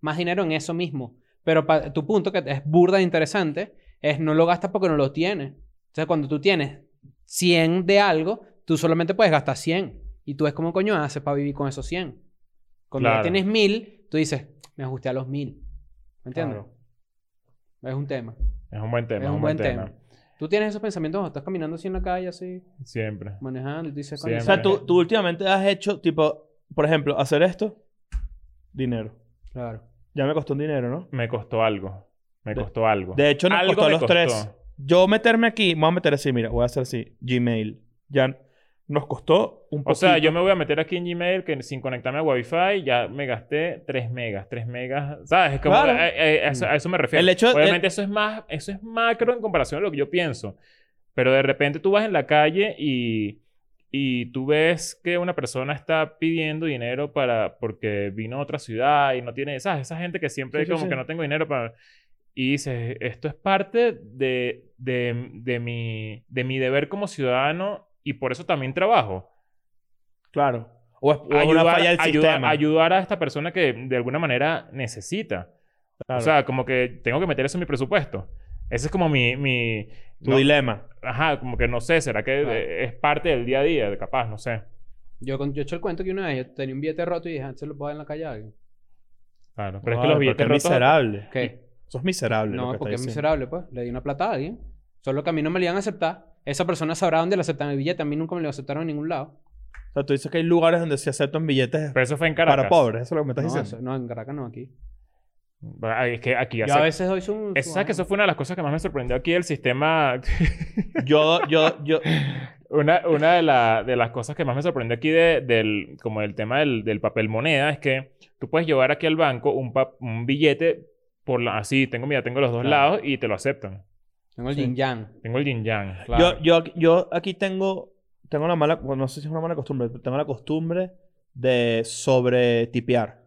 más dinero en eso mismo. Pero pa- tu punto, que es burda e interesante, es no lo gastas porque no lo tienes. O sea, cuando tú tienes 100 de algo, tú solamente puedes gastar 100. Y tú ves cómo coño haces para vivir con esos 100. Cuando ya Claro. tienes 1000, tú dices, me ajusté a los 1000. ¿Me entiendes? Es un tema. Ah, Es un buen tema. es un buen tema. Tú tienes esos pensamientos cuando estás caminando así en la calle, así, Siempre. manejando, y tú dices, Siempre. coño, O sea, tú, tú últimamente has hecho, tipo, por ejemplo, hacer esto, dinero. Claro. Ya me costó un dinero, ¿no? Me costó algo. Me De- costó algo. De hecho, nos Algo costó a me los costó. tres. Yo meterme aquí, me voy a meter así, mira, voy a hacer así, Gmail. Ya nos costó un poquito. O sea, yo me voy a meter aquí en Gmail que sin conectarme a Wi-Fi ya me gasté 3 megas, 3 megas, ¿sabes? Es Como, Claro. eh, eh, a, eso, a eso me refiero. El hecho- Obviamente eso es más, eso es macro en comparación a lo que yo pienso. Pero de repente tú vas en la calle y, y tú ves que una persona está pidiendo dinero para porque vino a otra ciudad y no tiene esas esa gente que siempre Sí, sí, como sí. que no tengo dinero para y dices esto es parte de, de, de mi de mi deber como ciudadano y por eso también trabajo Claro. O es, o es una ayudar, falla del ayuda- sistema. ayudar a esta persona que de alguna manera necesita Claro. o sea como que tengo que meter eso en mi presupuesto ese es como mi, mi tu no- dilema. ajá como que no sé será que Claro. eh, es parte del día a día capaz no sé Yo, con- yo he hecho el cuento que una vez yo tenía un billete roto y dije, "Ah, se lo puedo dar en la calle a alguien. Claro, pero es que Vale, los porque billetes es rotos miserable. ¿Qué? Sos miserable. lo No, que porque es estás diciendo. miserable, pues. Le di una plata a alguien. Solo que a mí no me lo iban a aceptar. Esa persona sabrá dónde le aceptan el billete. A mí nunca me lo aceptaron en ningún lado. O sea, tú dices que hay lugares donde se aceptan billetes Pero eso fue en Caracas. para pobres. Eso es lo que me estás No, diciendo. eso- no, en Caracas no, aquí. Ah, Es que aquí Yo ya a se- veces doy su... Es- su- ¿Sabes que eso fue una de las cosas que más me sorprendió aquí? El sistema... Yo, yo, yo... una una de, la- de las cosas que más me sorprendió aquí de- del... Como el tema del, del papel moneda es que tú puedes llevar aquí al banco un, pa- un billete por la... Así, tengo, mira, tengo los dos Claro. lados y te lo aceptan. Tengo el Sí. yin yang. Tengo el yin yang. Claro. Yo, yo, yo aquí tengo, tengo la mala, bueno, no sé si es una mala costumbre, pero tengo la costumbre de sobre tipear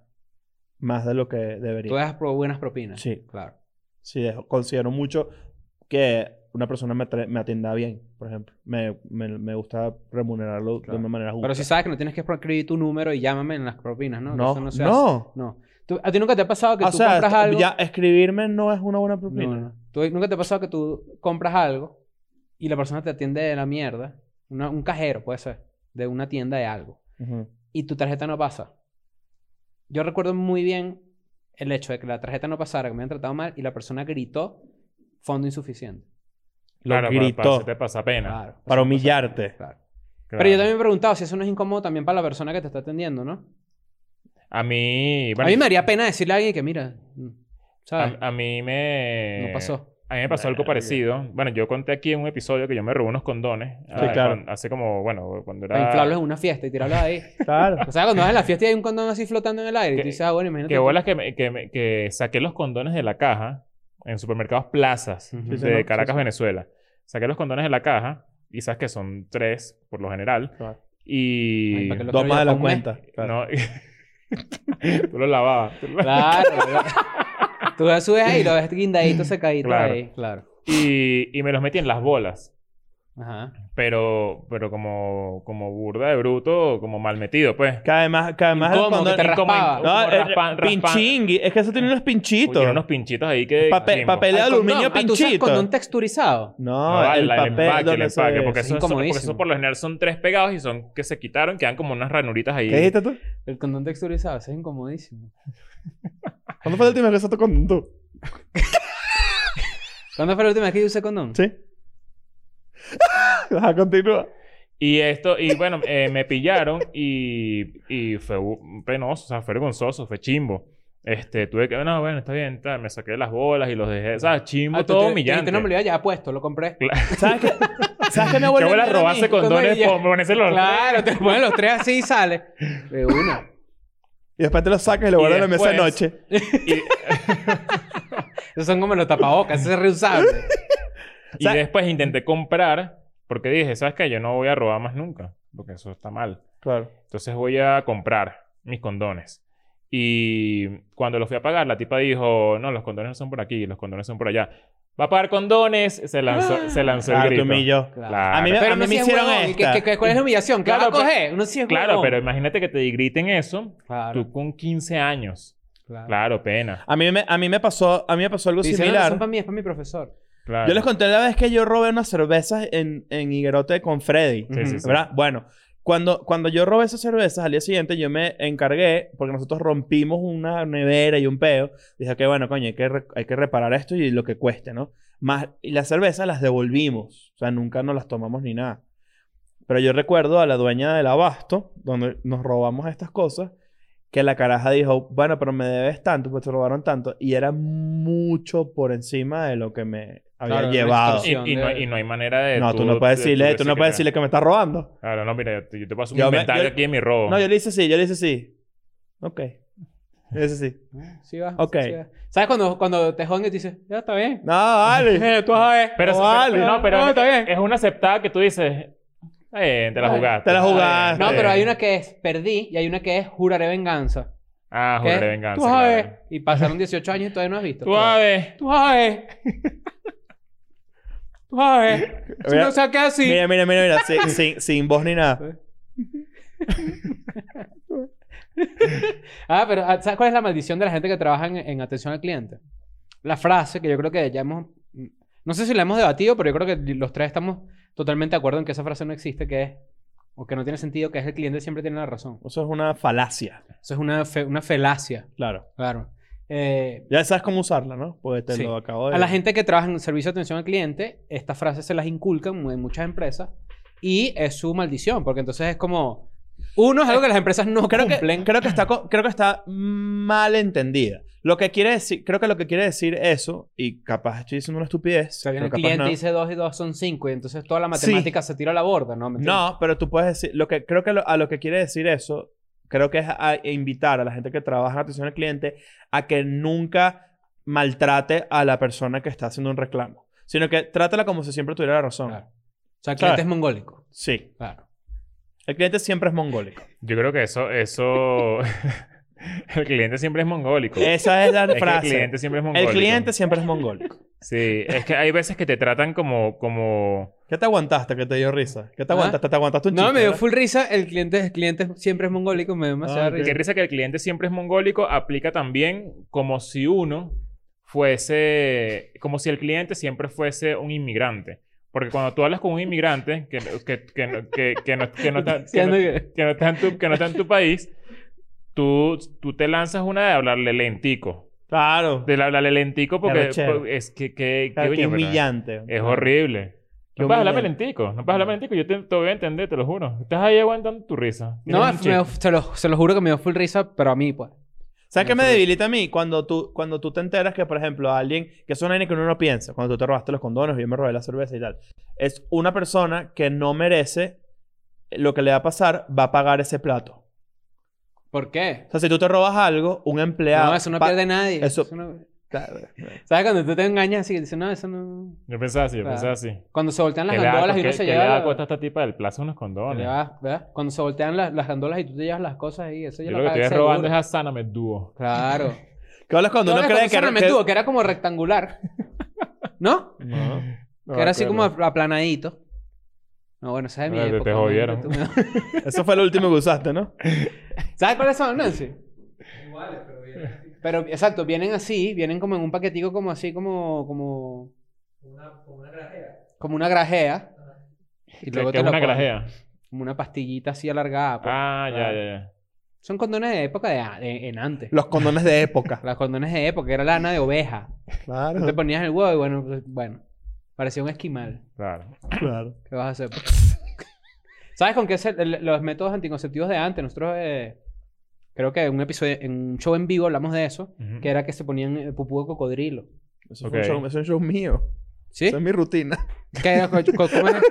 más de lo que Tú debería. dejas pro- buenas propinas. Sí. Claro. Sí, dejo- considero mucho que una persona me, tra- me atienda bien, por ejemplo. Me, me- me gusta remunerarlo Claro. de una manera justa. Pero si sabes que no tienes que escribir tu número y llámame en las propinas, ¿no? no, Eso no, Ah, se hace. No. Tú- ¿A ti nunca te ha pasado que o tú sea, compras esto- algo? ya escribirme no es una buena No, propina. no, no. ¿Tú- ¿Nunca te ha pasado que tú compras algo y la persona te atiende de la mierda? Una- un cajero, puede ser, de una tienda de algo. Ujú. Y tu tarjeta no pasa. Yo recuerdo muy bien el hecho de que la tarjeta no pasara, que me habían tratado mal y la persona gritó fondo insuficiente. Lo Claro, para- gritó Para, hacerte pasar pena. Claro. para humillarte. Claro. Claro. Pero yo también me he preguntado si eso no es incómodo también para la persona que te está atendiendo, ¿no? A mí... a bueno, Ah, mí me haría pena decirle a alguien que, mira, mm, ¿sabes? a- a mí me... no pasó. A mí me pasó algo Verga. parecido. Bueno, yo conté aquí en un episodio que yo me robé unos condones. ah, claro. cuan- hace como, bueno, cuando era... Para inflarlos en una fiesta y tirarlos ahí. Claro. O sea, cuando vas a la fiesta y hay un condón así flotando en el aire, y tú Que- dices, ah, bueno, imagínate. Que tú. bolas que, me- que, me- que saqué los condones de la caja en supermercados plazas Ujú. Sí, sí, de ¿no? Caracas, Sí, sí. Venezuela. Saqué los condones de la caja, y sabes que son tres por lo general, Claro. y... Ay, ¿para qué lo Dos quiero más yo de la para un mes? cuenta. Claro. no, tú los lavabas. tú los- Claro. claro. tú lo subes ahí y lo ves guindadito, secadito Claro. ahí. Claro. Y, y me los metí en las bolas. Ajá. Pero, pero como, como burda de bruto, como mal metido, pues. Que además, que además Incómodo, cuando- que te Y como- raspaba. Ah, como No, eh, raspan- raspan- pinchingui. Es que eso tiene unos Uy, pinchitos. tiene unos pinchitos ahí que... Pape- chimbo. papel de Ah, el aluminio condón. Ah, ¿tú usas pinchito. condón texturizado. No, vale, el la- papel empaque, el donde se- empaque, porque es eso, porque incomodísimo. eso por lo general son tres pegados y son que se quitaron, quedan como unas ranuritas ahí. ¿Qué dijiste tú? El condón texturizado, eso es incomodísimo. ¿Cuándo fue la última vez que usaste condón tú? ¿Cuándo fue la última vez que yo usé condón? Ah, ¿Sí? Ajá, continúa. Y esto, y bueno, eh, me pillaron y, y fue bu- penoso, o sea, fue vergonzoso, fue chimbo. Este, tuve que, no, bueno, está bien, tal, me saqué las bolas y los dejé, o sea, chimbo, Ah, tú todo te- humillante. dijiste, no me lo iba ya puesto, lo compré. ¿Sabes qué? ¿Sabes qué mi Que abuela voy a entera a robarse mí? condones Cuando me- por ponerse los Claro, te ponen los tres así y sale. De una. Y después te lo sacas y lo Y guardas en la mesa de después- noche. Y, Esos son como los tapabocas, ese es reusable. y O sea- después intenté comprar, porque dije, ¿sabes qué? Yo no voy a robar más nunca, porque eso está mal. Claro. Entonces voy a comprar mis condones. Y cuando los fui a pagar, la tipa dijo, no, los condones no son por aquí, los condones son por allá. Va a pagar condones. Se lanzó, se lanzó Ah, el te grito. humilló. Claro. Claro. A mí me, Pero a mí no me hicieron esta. ¿Cuál es la humillación? ¿Qué Claro, claro, vas a pero- coger? Uno sí es Claro, huevón. pero imagínate que te griten eso, Claro, tú con 15 años. claro. Claro, pena. A mí me, a mí me pasó, a mí me pasó algo Dice, no, no, similar. son para mí, es para mi profesor. Claro. Yo les conté la vez que yo robé unas cervezas en, en Higuerote con Freddy. Sí, sí, sí. ¿Verdad? Bueno, cuando, cuando yo robé esas cervezas, al día siguiente yo me encargué, porque nosotros rompimos una nevera y un peo. Dije que bueno, coño, hay que, re- hay que reparar esto y lo que cueste, ¿no? Más, y las cervezas las devolvimos. O sea, nunca nos las tomamos ni nada. Pero yo recuerdo a la dueña del abasto, donde nos robamos estas cosas, que la caraja dijo, bueno, pero me debes tanto, pues te robaron tanto. Y era mucho por encima de lo que me Claro, había era una llevado. extorsión. Y, y no, y no hay manera de... No, tú no puedes de- decirle, tú no puedes que- decirle que me estás robando. Claro, no, mira, yo te, yo te paso un Yo me- inventario yo- aquí de mi robo. No, yo le hice sí, yo le hice sí. Ok. Yo le hice sí. Sí va. Ok. sí va. ¿Sabes cuando, cuando te joden y te dicen, ya está bien? No, vale. Eh, Tú vas a ver. Pero, No vale. no, pero No, es- está bien. es una aceptada que tú dices, Está bien, te la jugaste. te la jugaste. No, pero hay una que es perdí y hay una que es juraré venganza. Ah, que es, juraré venganza. Tú sabes. claro. Y pasaron 18 años y todavía no has visto. Tú sabes. Tú sabes. Tú sabes. Si Mira, no se queda así. Mira, mira, mira, mira. sin, sin, sin voz ni nada. Ah, pero ah, ¿sabes cuál es la maldición de la gente que trabaja en, en atención al cliente? La frase que yo creo que ya hemos... No sé si la hemos debatido, pero yo creo que los tres estamos totalmente de acuerdo en que esa frase no existe, que es... O que no tiene sentido, que es el cliente siempre tiene la razón. Eso es una falacia. Eso es una, fe- una felacia. Claro. Claro. Eh, Ya sabes cómo usarla, ¿no? Porque te Sí. lo acabo de... a la gente que trabaja en servicio de atención al cliente, estas frases se las inculcan mu- en muchas empresas y es su maldición, porque entonces es como... Uno es algo que las empresas no creo cumplen. que, creo que está co- creo que está mal entendida. Lo que quiere decir, creo que lo que quiere decir eso, y capaz estoy diciendo una estupidez. O sea, viene pero el capaz cliente no. y dice 2 y 2 son 5 y entonces toda la Sí. matemática se tira a la borda, ¿no? ¿Me entiendes? No, pero tú puedes decir, lo que creo que lo- a lo que quiere decir eso, creo que es a invitar a la gente que trabaja en atención al cliente a que nunca maltrate a la persona que está haciendo un reclamo, sino que trátala como si siempre tuviera la razón. Claro. O sea, el cliente Claro. es mongólico. Sí, Claro. el cliente siempre es mongólico. Yo creo que eso, eso. el cliente siempre es mongólico. Esa es la Es que frase. el cliente siempre es el mongólico. cliente siempre es mongólico. Sí, es que hay veces que te tratan como. como... ¿Qué te aguantaste que te dio risa? ¿Qué te ¿Ah? aguantaste? ¿Te aguantaste un No, chiste, me dio verdad? full risa. El cliente, el cliente siempre es mongólico. Me dio demasiada Ah, ok. risa. Qué risa que el cliente siempre es mongólico aplica también como si uno fuese. Como si el cliente siempre fuese un inmigrante. Porque cuando tú hablas con un inmigrante que, que, que, no- que, que no, que no está- que no- Siendo que- que no está en tu, que no está en tu país, tú, tú te lanzas una de hablarle lentico. Claro. De hablarle lentico porque Arrechero. por- es que, que, que, Claro, qué oye, pero humillante. es horrible. Qué No puedes hablarme humillante. lentico, no puedes hablarme lentico, yo te, te voy a entender, te lo juro. Estás ahí aguantando tu risa. No, Tienes un me dio- chiste. se, lo, se lo juro que me dio full risa, pero a mí, pues. ¿Sabes qué me Ajá. debilita a mí? Cuando tú, cuando tú te enteras que, por ejemplo, alguien, que es una vaina que uno no piensa, cuando tú te robaste los condones, yo me robé la cerveza y tal, es una persona que no merece lo que le va a pasar, va a pagar ese plato. ¿Por qué? O sea, si tú te robas algo, un empleado... No, eso no pa- pierde nadie. eso- no- Claro. ¿Sabes cuando tú te engañas así? que Dices, no, eso no. Yo pensaba así, yo Claro. pensaba así. Cuando se voltean las ¿Qué le da- gandolas y qué- uno se qué le da lleva. cuesta a esta tipa del plazo que unos le condones? da- ¿verdad? Cuando se voltean las, las gandolas y tú te llevas las cosas ahí. Eso ya Yo lo que paga el estoy robando es seguro. a Sáname Dúo. Claro. ¿Qué hablas cuando No, uno no, cree que... que, que- que era como rectangular. ¿No? No. No que me era así como acuerdo. apl- aplanadito. No, bueno, esa es de mi Ah, te- te época. ¿no? jodieron. Tú me- Eso fue lo último que usaste, ¿no? ¿Sabes cuáles son, Nancy? Iguales, pero vienen Pero, exacto, vienen así, vienen como en un paquetico como así, como... Como como una grajea. Como una grajea. Y Que, luego que te Ah. es lo una ponen. grajea. Como una pastillita así alargada. pues. Ah, ya, Claro. ya, ya. Son condones de época de, a- de- en antes. Los condones de época. Los condones de época, era lana de oveja. Tú te Claro, ponías el huevo y bueno, pues, bueno. Parecía un esquimal. Claro. claro. ¿Qué vas a hacer? ¿Sabes con qué se- el- los métodos anticonceptivos de antes? Nosotros, eh, creo que en un episodio, en un show en vivo hablamos de eso, Ujú. que era que se ponían eh, pupú de cocodrilo. Eso, fue un Ok. show- eso es un show mío. ¿Sí? Eso es mi rutina. ¿Qué era? Co- co- ¿Cómo es?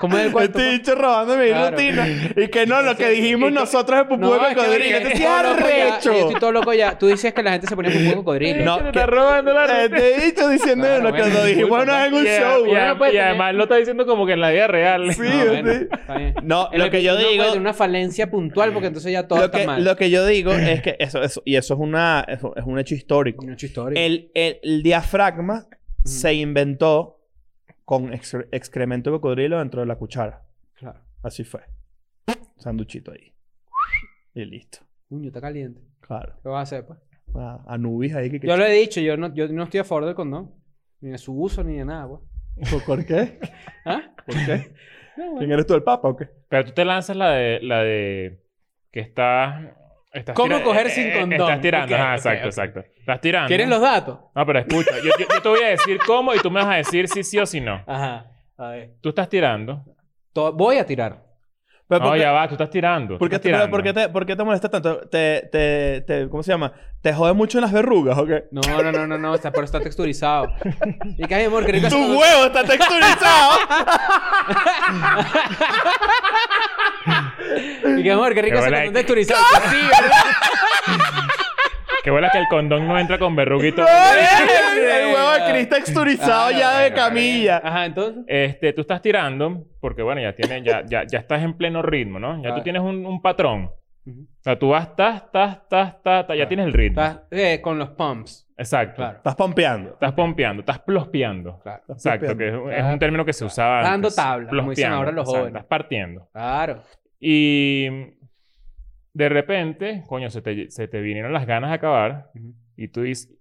¿Cómo es el cuento? Este bicho robando mi Claro. rutina. Y que no, lo que dijimos Y que- nosotros es pupú No, de es que cocodrilo. yo Este estoy sí todo loco ya, arrecho. yo estoy todo loco ya. Tú dices que la gente se ponía pupú de cocodrilo. No, Es que te que- está robando Eh, la rutina. Este bicho diciendo Claro, lo que bueno, lo dijimos disculpa, una vez en un Y a- show. Y, a- Uno no pues, puede y tener- además lo está diciendo como que en la vida real. Sí, No, bueno, este- está bien. No, El lo que yo episodio puede digo... tener una falencia puntual porque entonces ya todo Lo está que, mal. lo que yo digo es que eso, eso y eso es una eso es un hecho histórico. Un hecho Mm. histórico. El, el- el diafragma se inventó con ex- excremento de cocodrilo dentro de la cuchara. Claro. Así fue. Sanduchito ahí. Y listo. Uño, está caliente. Claro. ¿Qué vas a hacer, pues? Ah, Anubis ahí que, que Yo lo he dicho, yo no, yo no estoy a favor del condón. Ni de su uso, ni de nada, pues. ¿Por qué? ¿Ah? ¿Por qué? No, ¿Quién eres tú, el papa o qué? Pero tú te lanzas la de... La de que estás... estás ¿Cómo tira- coger eh, sin eh, condón? Estás tirando. Ok, Ajá, ok, exacto, ok. exacto. Estás Ah, tirando. ¿Quieres los datos? No, pero escucha. Yo, yo- yo te voy a decir cómo y tú me vas a decir si sí o si no. Ajá. A ver. Tú estás tirando. To- voy a tirar. Pero No, ¿por qué- ya va. Tú estás tirando. tú por qué estás te, pero tirando. por qué te, por qué te molesta tanto? Te, te, te- ¿Cómo se llama? ¿Te jode mucho en las verrugas o qué? No, no, no, no, no. Está, pero está texturizado. Y que, ay, amor, qué rico ¡Tu está- huevo está texturizado! Y que, amor, qué rico Qué está tan bola de- ¡Ah! texturizado. Sí, ¿verdad? Que bola que el condón no entra con verruguito. el huevo de Cris Ah, texturizado ya de camilla. Ajá, entonces. Este, tú estás tirando, porque bueno, ya tienes, ya, ya, ya estás en pleno ritmo, ¿no? Ya Claro. tú tienes un, un patrón. Ujú. O sea, tú vas, tas, tas, tas, tas, tas, ya Claro. tienes el ritmo. Estás eh, con los pumps. Exacto. Claro. Estás pompeando. Estás pompeando, estás plospeando. Claro. Estás Exacto, pompeando. que es, un- es Claro. un término que se usaba Dando antes. tabla, como dicen Plospeando, ahora los exacto, jóvenes. Estás partiendo. Claro. Y de repente, coño, se te, se te vinieron las ganas de acabar Ujú. y tú dices,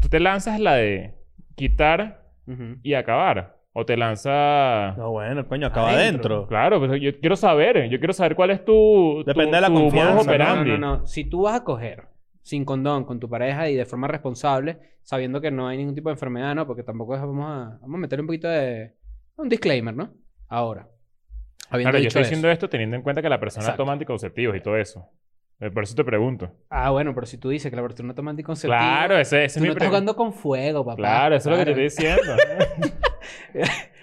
tú te lanzas la de quitar Ujú. y acabar. O te lanza... No, bueno, coño, acaba Adentro. adentro. Claro, pues yo quiero saber. Yo quiero saber cuál es tu... Depende tu- de la tu modus confianza, ¿no? No, operandi. no, no. Si tú vas a coger sin condón con tu pareja y de forma responsable, sabiendo que no hay ningún tipo de enfermedad, ¿no? Porque tampoco es- vamos a, vamos a meterle un poquito de... Un disclaimer, ¿no? Ahora. Habiendo Claro, yo dicho estoy eso. diciendo esto teniendo en cuenta que la persona Exacto. toma anticonceptivos y todo eso. Eh, Por eso te pregunto. Ah, bueno, pero si tú dices que la persona toma anticonceptivo... Claro, ese, Tú ese es mi no estás pregunta. jugando con fuego, papá. Claro, eso es lo que te estoy diciendo.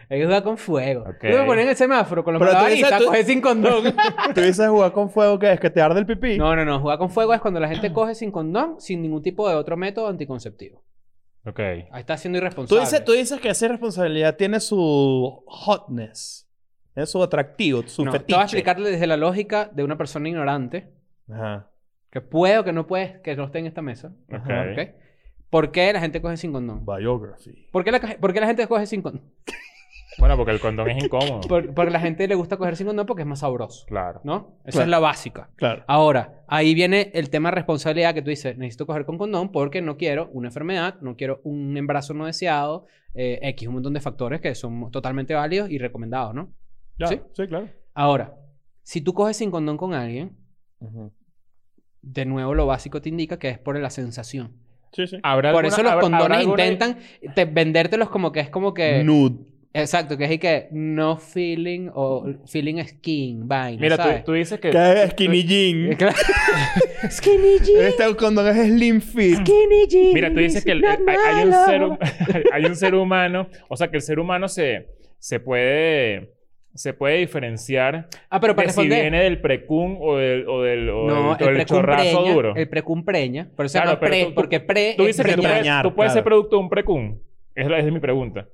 Hay que jugar con fuego. Ok. Yo me ponía en el semáforo con los Pero tú malabaristas, dices- tú- coger sin condón. ¿Tú dices jugar con fuego qué es? ¿Que te arde el pipí? no, no, no. Jugar con fuego es cuando la gente coge sin condón, sin ningún tipo de otro método anticonceptivo. ok. Ahí está siendo Tú irresponsable. dices, tú dices que esa responsabilidad tiene su hotness. Tiene su atractivo, su No, fetiche. te voy a explicarle desde la lógica de una persona ignorante, Ajá. que puede o que no puede, que no esté en esta mesa. Ok. Ajá, ¿ok? ¿Por qué la gente coge sin condón? Biography. ¿Por qué la, coge- por qué la gente coge sin condón? Bueno, porque el condón es incómodo. Por- porque la gente le gusta coger sin condón porque es más sabroso, Claro. ¿no? Esa Claro. es la básica. Claro. Ahora, ahí viene el tema de responsabilidad que tú dices, necesito coger con condón porque no quiero una enfermedad, no quiero un embarazo no deseado, eh, X, un montón de factores que son totalmente válidos y recomendados, ¿no? Ya, ¿Sí? claro. Ahora, si tú coges sin condón con alguien, de nuevo lo básico te indica que es por la sensación. Sí, sí. ¿Habrá Por alguna- eso los habrá- condones habrá alguna- intentan te- vendértelos como que es como que... Nude. Exacto, que es y que no feeling o feeling skin, vaina, Mira, tú, ¿sabes? tú dices que... ¿Qué eh, es skinny jean? Claro. Skinny jeans, Este condón es slim fit. skinny jeans. Mira, tú dices que el- not el- hay, hay un my ser, love. hum- hay un ser humano... O sea, que el ser humano se, se puede... Se puede diferenciar Ah, pero para de si responder... viene del precum o del, o del, o No, del- o el, del chorrazo precumpreña, duro. el precumpreña, por eso Claro, se llama pero pre, tú- tú- porque pre Tú es dices que tú preñar. puedes, preñar, tú puedes ser claro. producto de un precum. Es, la- es mi pregunta.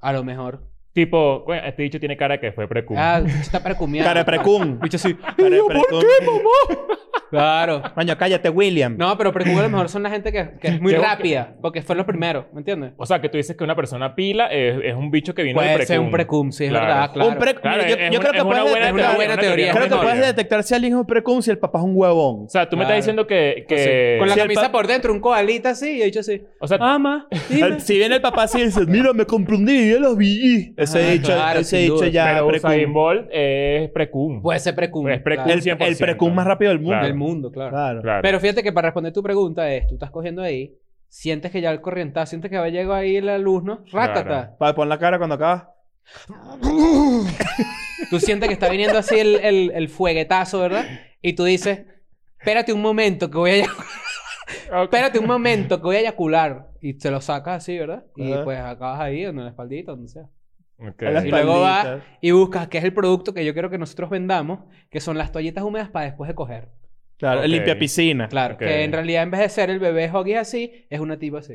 A lo mejor. Tipo, coño, este dicho tiene cara que fue precum. Ah, el bicho está precumiado. Cara de precum. Bicho sí. ¿Por qué, mamá? Claro. Coño, cállate, William. No, pero precum a lo mejor son la gente que, que es muy Yo- rápida, porque fue los primeros, ¿me entiendes? O sea, que tú dices que una persona pila es, es un bicho que viene del Puede precum. ser un precum, sí, es Claro. verdad, claro. Un pre- Claro, Mira, yo, es- es yo creo una- que es una puedes buena detectar- teoría, es una buena Creo que teoría. puedes detectar si alguien es un precum si el papá es un huevón. O sea, tú me Claro. estás diciendo que... que- Ah. Sí. Con la Ah, Si el camisa pa- por dentro, un coalita así, y he dicho así. O sea, Ama, dime. El- si viene el papá así y dice, mira, me compré un DVD de los BG. Ese Ah, dicho, claro, ese sin dicho duda. ya pero precum. Usain Bolt es precum. Puede ser precum. Es precum. claro. El, el 100%. precum más rápido del mundo. Claro. Del mundo, claro. Claro. Claro. Pero fíjate que para responder tu pregunta es, tú estás cogiendo ahí, sientes que ya el corrientazo, sientes que va llegó ahí la luz, ¿no? Rácata. Claro. Para poner la cara cuando acabas. Tú sientes que está viniendo así el, el, el fueguetazo, ¿verdad? Y tú dices, espérate un momento que voy a... eyac- Ok. Espérate un momento que voy a eyacular. Y te lo sacas así, ¿verdad? Y Ajá. pues acabas ahí, en la espaldita, donde sea. Ok. A las Y luego vas espalditas. y buscas qué es el producto que yo quiero que nosotros vendamos, que son las toallitas húmedas para después de coger. Claro, Ok. el limpia piscina. Claro, Ok. que en realidad en vez de ser el bebé hoggy así, es una tipa así.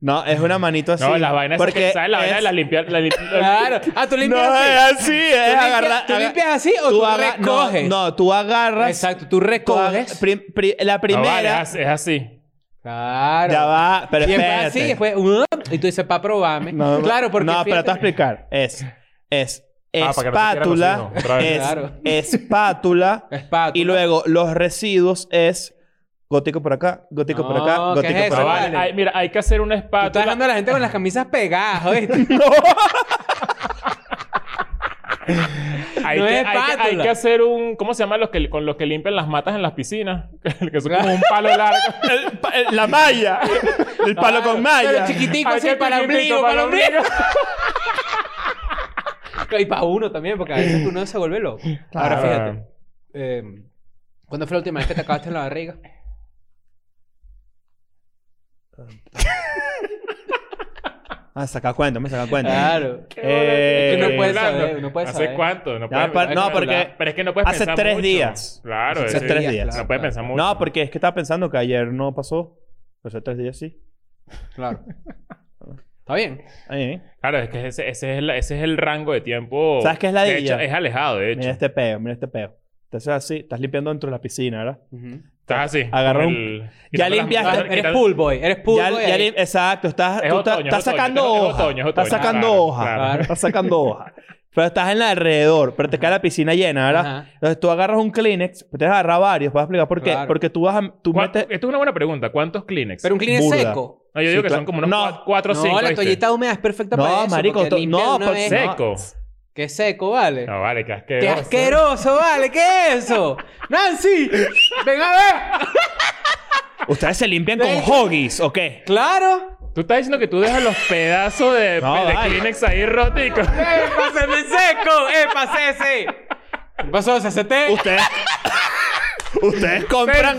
No, es una manito así. No, las vainas... esas Porque que- ¿Sabes la vaina de es- las limpiar? la lim- Claro. Ah, tú limpias No, eh, así. ¿Tú, es así. Es limpias, agarrar... ¿tú agar- limpias así o tú, tú aga- no, recoges? No, tú agarras... Exacto, tú tú aga- recoges. prim- pri- la No, vale, primera... es, es así. Claro. Ya va, pero y después espérate. así, después... "Uh", y tú dices, pa' probarme. No, claro, porque... No, pero fíjate- te voy a explicar. Es... Es... Ah, para que no te Espátula, quiera cocino, otra vez. es Claro. espátula, Espátula. y luego los residuos es gótico por acá, gótico por acá, No, ¿qué gótico es por eso, No, acá. vale. vale. Ay, mira, hay que hacer una Tú estás espátula. dejando a la gente con las camisas pegadas, ¿oíste? Hay, No que, es hay que- espátula. hay que hacer un... ¿Cómo se llama los que, con los que limpian las matas en las piscinas? que son como un palo largo. El pa- el- la malla, el palo Claro, con malla. Pero chiquitico, Hay así, que para chiquitico, ombligo, para para ombligo. y para uno también, porque a veces uno se vuelve loco. Ahora, Ah. fíjate. eh, ¿Cuándo fue la última vez que te acabaste en la barriga? Ah, saca cuenta, me saca cuenta. Claro. Qué bola, Eh, ¿de qué no estás puedes hablando? saber, no puedes ¿Hace saber. cuánto? No, No, puedes- pa- no, hay que porque hablar. Pero es que no puedes hace pensar tres mucho. días. Claro. Hace es tres decir, días. No puedes pensar mucho. No, porque es que estaba pensando que ayer no pasó. Pues hace tres días sí. Claro. Está bien. Ahí, ahí. Claro, es que ese, ese es el, ese es el rango de tiempo. ¿Sabes qué es la de dilla? hecho, Es alejado, de hecho. Mira este peo, mira este peo. Entonces así, estás limpiando dentro de la piscina, ¿verdad? Ujú. Estás así. Agarra un- el- Ya quitando las- limpiaste, quitando- Claro, eres quitando- pool boy. Eres pool Ya- boy. ya ahí. lim- exacto, estás, Es tú estás- otoño, estás es otoño, sacando es hojas. otoño, es Estás otoño, sacando claro, hojas. claro. Estás sacando hojas. Pero estás en el alrededor, pero te cae la piscina llena, ¿verdad? Ajá. Entonces tú agarras un Kleenex, te agarrar varios, vas a explicar por qué. Claro. Porque tú vas a. Tú ¿Cuá- metes. Esto es una buena pregunta. ¿cuántos Kleenex? Pero un Kleenex Burda. seco. No, yo digo Sí, que claro. son como unos No. 4 o 5. No, la toallita húmeda es perfecta No, para eso. marico, porque to- limpia no, de una pero vez. seco. Seco. Que seco, vale. No, vale, qué ¡Qué asqueroso. asqueroso, vale! ¿Qué es eso? ¡Nancy! ¡Ven a ver! Ustedes se limpian con De hecho- hoggies, ¿o qué? ¡Claro! Tú estás diciendo que tú dejas los pedazos de, No, de vale. Kleenex ahí róticos. ¡Epa, se me seco! ¡Epa, ese! ¿Qué pasó, CCT? Ustedes. ustedes compran.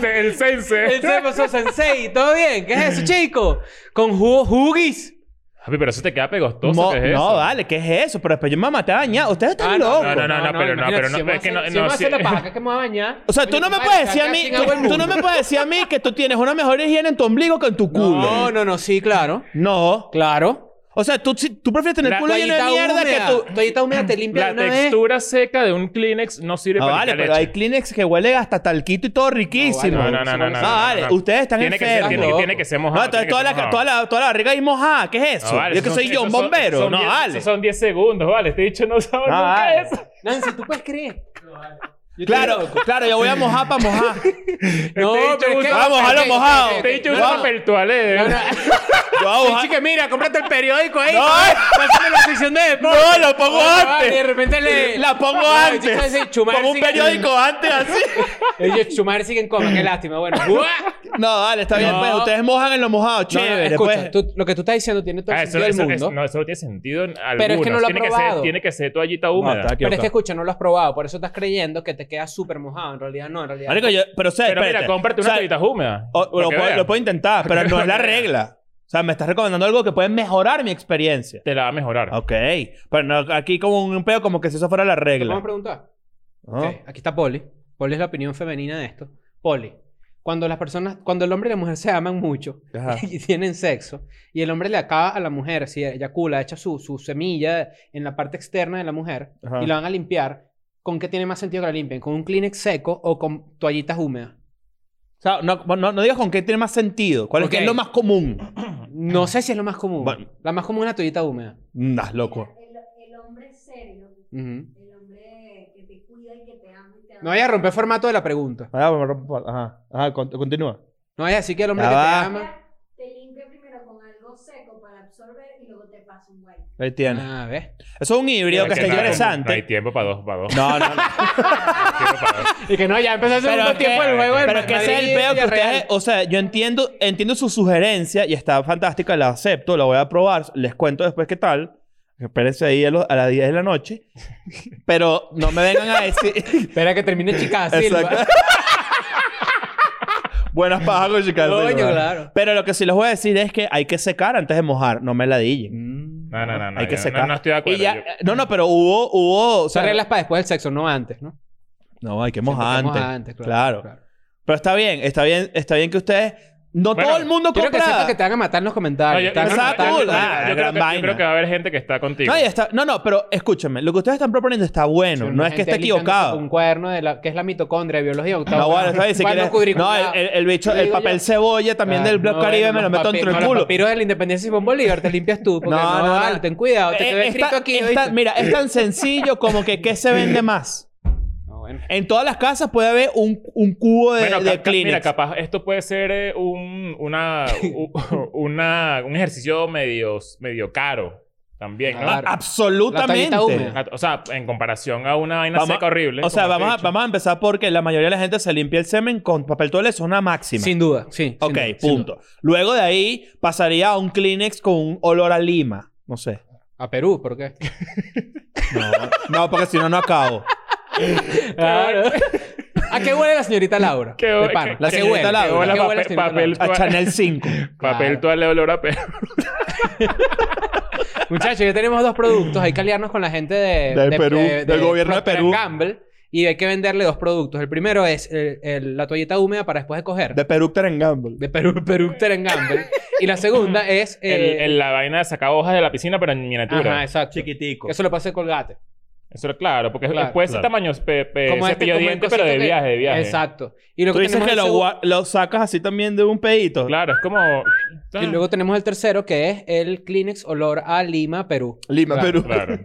Sense, el sense. ¿Qué pasó, Sensei? ¿Todo bien? ¿Qué es eso, chico? ¿Con jugo jugis? Papi, pero eso te queda pegostoso. Mo- ¿qué es no, eso? vale, ¿qué es eso? Pero después yo me maté a dañar. Ustedes están Ah, no, locos. No, no, no, no, pero no, imagínate, pero no, si es me que hace- no, si no, me hace si- la paja, que me va a bañar. O sea, tú Coño, no me compadre, puedes se va decir a quedar mí, sin tú, agua el tú no mundo. me puedes decir a mí que tú tienes una mejor higiene en tu ombligo que en tu culo. No, no, no, sí, claro. No. Claro. O sea, tú, sí- tú prefieres tener La el culo lleno de mierda húmeda. que tu... Toallita húmeda te limpia de una La vez. textura seca de un Kleenex no sirve No, para Ah, vale, limpiar pero hay leche. Kleenex que huele hasta talquito y todo riquísimo. No, no, no, no, no, No, no, Ah, vale, no, no. ustedes están tiene que ser- enfermos. tiene, tiene que ser mojado. no, tiene entonces que toda ser la, mojado. toda, la, toda la barriga es mojada. ¿Qué es eso? No, vale, yo que esos- soy yo, un esos son- bombero. son no, diez- vale. esos son 10 segundos, vale. Este dicho no sabe No, nunca vale. eso. Nancy, ¿tú puedes creer? Yo Claro, claro, yo voy a mojar para mojar. te- No, Este dicho pero es usa- que... Vamos, a ok, lo ok, mojado. ok, ok. Este dicho No, usa no, papel toalé. no, no. Yo voy a mojar. Chique, mira, cómprate el periódico eh, ahí. No, eh. pa- Pásame la sección de deporte. No, lo pongo Oye, antes. vale, de repente le... La pongo No, el chico dice, antes. "Chumar Como un cigarro". periódico antes, así. Ellos chumar siguen coma. Qué lástima. Bueno. No, vale, está bien. No. Pues ustedes mojan en lo mojado, chévere. escucha, pues. tú- lo que tú estás diciendo tiene todo el Ah, eso, sentido del eso- mundo. es- no, eso no tiene sentido en alguno. Pero es que no lo ha tiene Que ser, probado. tiene que ser toallita No, húmeda. está Pero es que equivocado. escucha, no lo has probado, por eso estás creyendo que te queda súper mojado. En realidad no, en realidad. Marico, yo... Pero, o sea, pero mira, espérate. cómprate O una sea, toallita húmeda. O- para lo, que puedo, veas. lo puedo intentar, pero no es la regla. O sea, me estás recomendando algo que puede mejorar mi experiencia. Te la va a mejorar. Ok. Pero no, aquí como un peo como que si eso fuera la ¿Te regla. podemos preguntar? ¿no? Ok, aquí está Poli. Poli es la opinión femenina de esto. Poli, cuando las personas, cuando el hombre y la mujer se aman mucho Ajá. y tienen sexo, y el hombre le acaba a la mujer, si eyacula, echa su, su semilla en la parte externa de la mujer Ajá. y la van a limpiar, ¿con qué tiene más sentido que la limpien? ¿Con un Kleenex seco o con toallitas húmedas? O sea, no, no, no digas con qué tiene más sentido. ¿Cuál es- Ok. qué es lo más común? No sé si es lo más común. Bueno. La más común es la toallita húmeda. Mm, Nah, loco. El, el hombre serio, Ujú. el hombre que te cuida y que te ama y te No ama. vaya a romper formato de la pregunta. Ajá, me rompo- ajá, ajá, con- continúa. No vaya a decir que el hombre Ya que va. te ama. Te limpia primero con algo seco para absorber y luego te pasa un wipe. Ahí tiene. Ah, ¿ves? Eso es un híbrido Es que está no, No hay interesante. tiempo para dos, para dos. No, no, no. Tiempo para dos. Y que no, ya empezó el Pero segundo es que- tiempo el juego del Pero es que ese es el peo que Madrid-Villarreal. ustedes, o sea, yo entiendo, entiendo su sugerencia y está fantástica, la acepto, la voy a probar, les cuento después qué tal. Espérense ahí a, los- a las 10 de la noche. Pero no me vengan a decir. Espera que termine Chica Silva. Exacto. Buenas pajas con chicas. Coño, sí, ¿verdad? claro. Pero lo que sí les voy a decir es que hay que secar antes de mojar, no me la dillen. Mm. No, no, no. no, Hay que yo secar. No, no estoy de Y acuerdo. ya- yo- no, no, pero hubo, hubo, o Son sea, reglas para después del sexo, no antes, ¿no? no, hay que Siempre mojar que antes. moja claro. Pero está bien, está bien, está bien que ustedes, no Bueno, todo el mundo Yo creo que compra. siento que te van a matar en los No, comentarios. yo- Te van a yo- Exacto, matar en los yo- yo- la yo creo gran que- Yo vaina. creo que va a haber gente que está contigo. No, y está- no, no, pero escúchame, lo que ustedes están proponiendo está bueno, comentarios. no es que Gente esté limpiándose equivocado. con Un cuaderno de la, que es la mitocondria de biología octavo. No, bueno, grado. está bien, si Cuaderno quieres- No, cuadriculado. el, el- el bicho, Yo el digo papel yo- cebolla también Claro, del Block Ah, no, Caribe bueno, me lo meto papi- dentro no, del los culo. papiros de la independencia y Simón Bolívar te limpias tú. Porque No, no, no, no. vale, ten cuidado. Te Eh, quedó escrito está- aquí. está- ¿oíste? mira, es tan sencillo como que ¿qué se vende más? No, bueno. En todas las casas puede haber un, un cubo de, Bueno, de ca- ca- mira, Kleenex. capaz esto puede ser eh, un, una, u- una, un ejercicio medio, medio caro también, ¿no? Claro. Ah, Absolutamente. La toallita húmeda. O sea, en comparación a una vaina Vamos- seca horrible. O sea, como has vamos a, dicho. vamos a empezar porque la mayoría de la gente se limpia el semen con papel toalla, eso es una máxima. Sin duda, sí. sin ok, duda, sin duda. punto. Luego de ahí pasaría a un Kleenex con un olor a lima. No sé. A Perú, ¿por qué? No, no porque si no, no acabo. Claro. ¿A qué huele la señorita Laura? ¿Qué de huele- pana. qué- La qué que huele. señorita Laura? ¿A qué Papel- huele la señorita papel- Laura? A Chanel 5. Papel Claro. toalla de olor a perro. Muchachos, ya tenemos dos productos. Hay que aliarnos con la gente de, Del Perú, del gobierno de Procter Perú. Gamble, y hay que venderle dos productos. El primero es eh, el- la toalleta húmeda para después de coger. De Peructer en Gamble. De Perú, Perú en Gamble. y la segunda es... El- eh, el- la vaina de sacar hojas de la piscina, pero en miniatura. Ajá, exacto. Chiquitico. Eso lo pasé colgate. Eso era claro, porque Claro. después ese Claro. tamaño es pe- pe- Como este, Eh, cepillo como de el dientes, pero de cosito que- viaje, de viaje. Exacto. Y luego Tú dices tenemos que el lo, segu- gua- lo sacas así también de un pedito. Claro, es como... ah, Y Ah. luego tenemos el tercero, que es el Kleenex olor a Lima, Perú. Lima, Claro, Perú. Claro.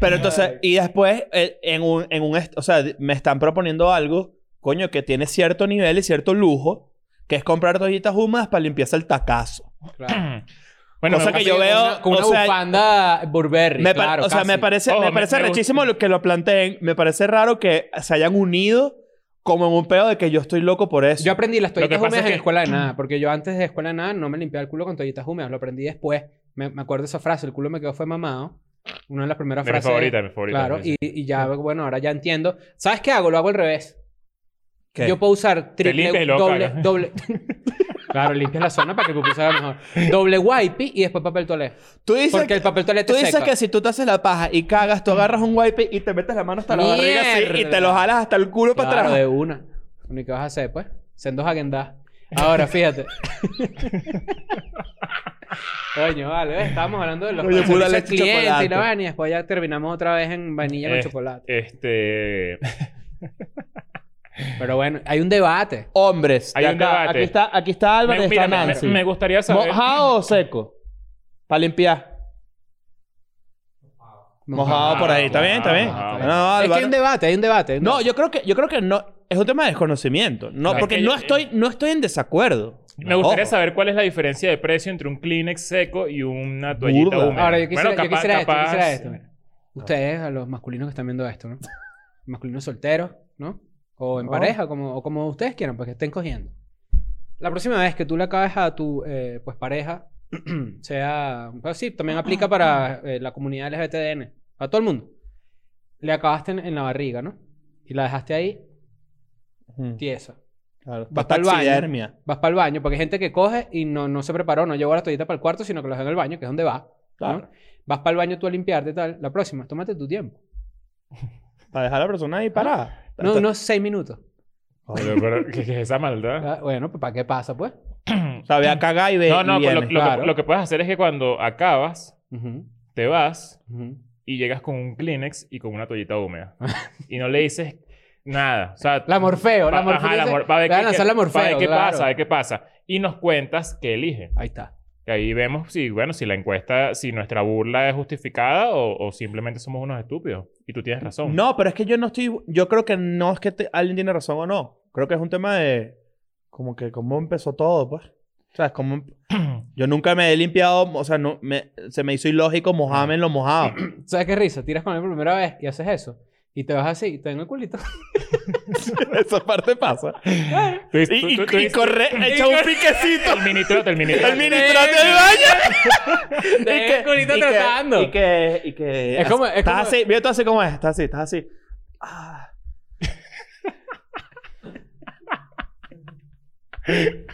Pero entonces, y después, eh, en un, en un est- o sea, di- me están proponiendo algo, coño, que tiene cierto nivel y cierto lujo, que es comprar toallitas húmedas para limpiarse el tacazo. Claro. bueno, Cosa me- que yo Así, veo, una- con o una sea, bufanda Burberry, Me pa- claro, o sea, me casi. parece, Ojo, me me- parece me gusta. rechísimo lo que lo planteen. Me parece raro que se hayan unido como en un pedo de que yo estoy loco por eso. Yo aprendí las que toallitas pasa húmedas es en la que- escuela de nada, porque yo antes de escuela de nada no me limpiaba el culo con toallitas húmedas, lo aprendí después. Me, me acuerdo esa frase, el culo me quedó fue mamado. Una de las primeras de mi frases. favorita, mi favorita. Claro, sí, sí. Y, y ya, bueno, ahora ya entiendo. ¿Sabes qué hago? Lo hago al revés. ¿Qué? Yo puedo usar limpias triple, y luego doble, cagas. doble. claro, limpias la zona para que el pupú se haga mejor. Doble wipe y después papel toalé. tú dices, Porque que, el papel toalé te tú dices seca. que si tú te haces la paja y cagas, tú agarras un wipe y te metes la mano hasta la barriga así, y ¡Mierda! te lo jalas hasta el culo para Claro, atrás. de una. Bueno, ¿Y qué vas a hacer, pues? Sendos agendas. Ahora, fíjate. Coño, vale, ¿ves? estábamos hablando de los Coño, pura servicios leche y cliente y chocolate. la vaina, y después ya terminamos otra vez en vainilla con Eh, chocolate. Este... Pero bueno, hay un debate. Hombres. Hay de un acá. debate. Aquí está, aquí está Álvarez, Me, está mira, me- Nancy. me gustaría saber... ¿Mojado o seco? Para limpiar. Mojado por ahí. Está bien, está bien. Mojado. No, no, es que hay Álvarez. un debate, hay un debate. hay un No, debate. yo creo que, yo creo que no. Es un tema de desconocimiento. No, Claro, porque es que no yo- eh, estoy, no estoy en desacuerdo. Me gustaría Ojo. saber cuál es la diferencia de precio entre un Kleenex seco y una toallita Burda. húmeda. Ahora, yo quisiera, yo quisiera esto, yo quisiera esto. capaz- Ustedes, a los masculinos que están viendo esto, ¿no? masculinos solteros, ¿no? O en Oh. pareja, como, o como ustedes quieran, pues que estén cogiendo. La próxima vez que tú le acabes a tu eh, pues pareja, sea. Pues sí, también aplica para eh, la comunidad LGBTN, a todo el mundo. Le acabaste en, en la barriga, ¿no? Y la dejaste ahí, tiesa. Claro. Vas pa'l baño. Taxidermia. Vas para el baño, porque hay gente que coge y no, no se preparó, no llevó la toallita para el cuarto, sino que la dejó en el baño, que es donde va. ¿no? Claro. Vas para el baño tú a limpiarte y tal. La próxima, tómate tu tiempo. Para dejar a la persona ahí parada. No, unos seis minutos. Pero, pero, ¿qué, qué es esa maldad? Ah, Bueno, pues ¿para qué pasa, pues? O sea, ve a cagar y ve. No, no, y pues lo, viene. lo que- claro. lo que puedes hacer es que cuando acabas, Ujú, te vas ujú. y llegas con un Kleenex y con una toallita húmeda. y no le dices nada. O sea, La Morfeo, la pa- Morfeo. ajá, la dice, mor- pa' "Le eh. ver van qué- a lanzar la qué- pa' ver Morfeo, qué claro. pasa, a ver qué pasa. Y nos cuentas qué eligen. Ahí está. Y ahí vemos si, bueno, si la encuesta, si nuestra burla es justificada o, o simplemente somos unos estúpidos. Y tú tienes razón. No, pero es que yo no estoy. Yo creo que no es que te- alguien tiene razón o no. Creo que es un tema de. Como que cómo empezó todo, pues. O sea, es como. Yo nunca me he limpiado. O sea, no, me- se me hizo ilógico mojarme en lo mojado. ¿Sabes qué risa? Tiras con él por primera vez y haces eso. Y te vas así, y te en el culito. Eh, Esa parte pasa. Tú- tú- Y, y, tú- tú- y corre, echa un piquecito. El mini trote, el mini trote. El ministrante del baño. Te ves el culito y trotando. Y que, y que. Es como- es estás como- así, mira tú así como es, estás así, estás así. Ah.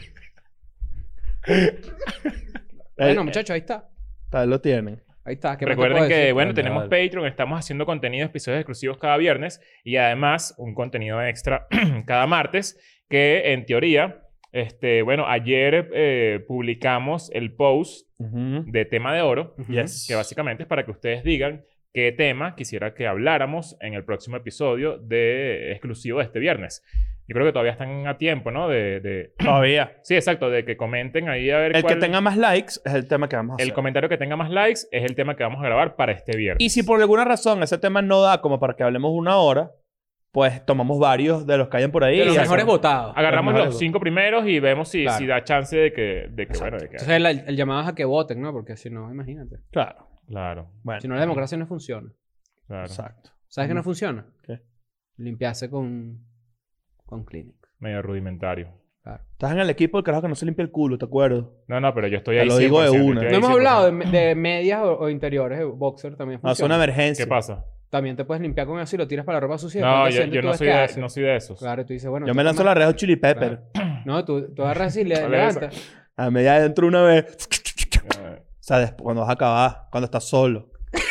Bueno, Eh, muchachos, ahí está. tal, lo tienen. Ahí está. ¿Qué más te Recuerden puedo que, decir? bueno, Coño, tenemos vale. Patreon, estamos haciendo contenido, episodios exclusivos cada viernes y además un contenido extra cada martes que en teoría, este, bueno, ayer eh, publicamos el post de tema de oro, Ujú. Yes. que básicamente es para que ustedes digan qué tema quisiera que habláramos en el próximo episodio de exclusivo de este viernes. Yo creo que todavía están a tiempo, ¿no? De, de- Todavía. sí, exacto, de que comenten ahí a ver El que cuál- tenga más likes es el tema que vamos a el hacer. comentario que tenga más likes es el tema que vamos a grabar para este viernes. Y si por alguna razón ese tema no da como para que hablemos una hora, pues tomamos varios de los que hayan por ahí. De los y mejores hacemos- votados. Agarramos Ajá. los cinco primeros y vemos si, Claro. si da chance de que, de que bueno, de que... Entonces el, el llamado es a que voten, ¿no? Porque si no, imagínate. Claro. Claro, Bueno. Si no, la democracia no funciona. claro. Exacto. ¿Sabes qué no funciona? ¿Qué? Limpiarse con... Con Kleenex. Medio rudimentario. Estás en el equipo del carajo que no se limpia el culo, ¿te acuerdas? No, no, pero yo estoy Te ahí lo digo de 100%, una. estoy ahí No hemos 100%. hablado de, me- de medias o, o interiores. eh, Boxer también No, es una funciona. emergencia. ¿Qué pasa? También te puedes limpiar con eso y lo tiras para la ropa sucia. No, después yo, desciende y yo tú no, ves soy qué de, haces. no soy de esos. este Claro, y tú dices, bueno... Yo tú me lanzo tomas- la red Hot Chili Pepper. Claro. No, tú, tú agarras y le Vale, levantas. A media adentro una vez. Eh, O sea, después, cuando vas a acabar, cuando estás solo.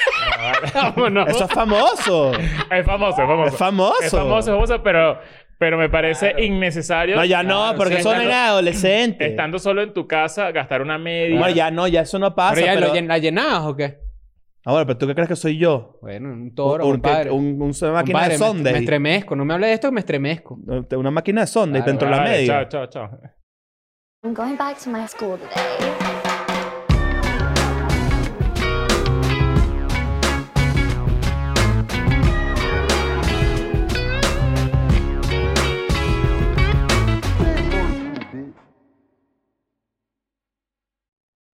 Vámonos. Eso es famoso. Es famoso, es famoso. es famoso. Es famoso, es famoso, pero, pero me parece innecesario. No, ya no, Claro, porque sí, eso no claro. era adolescente. Estando solo en tu casa, gastar una media. Bueno, ya no, ya eso no pasa. ¿Pero ya Ah, pero- lo llen- la llenabas o qué? Ah, bueno, pero ¿tú qué crees que soy yo? Bueno, un toro, un, un padre. un, un- una máquina de me, sonde. estremezco. No me hables de esto que me estremezco. Una máquina de sonde y Claro, dentro de la Vale, media. Chao, chao, chao. I'm going back to my school today.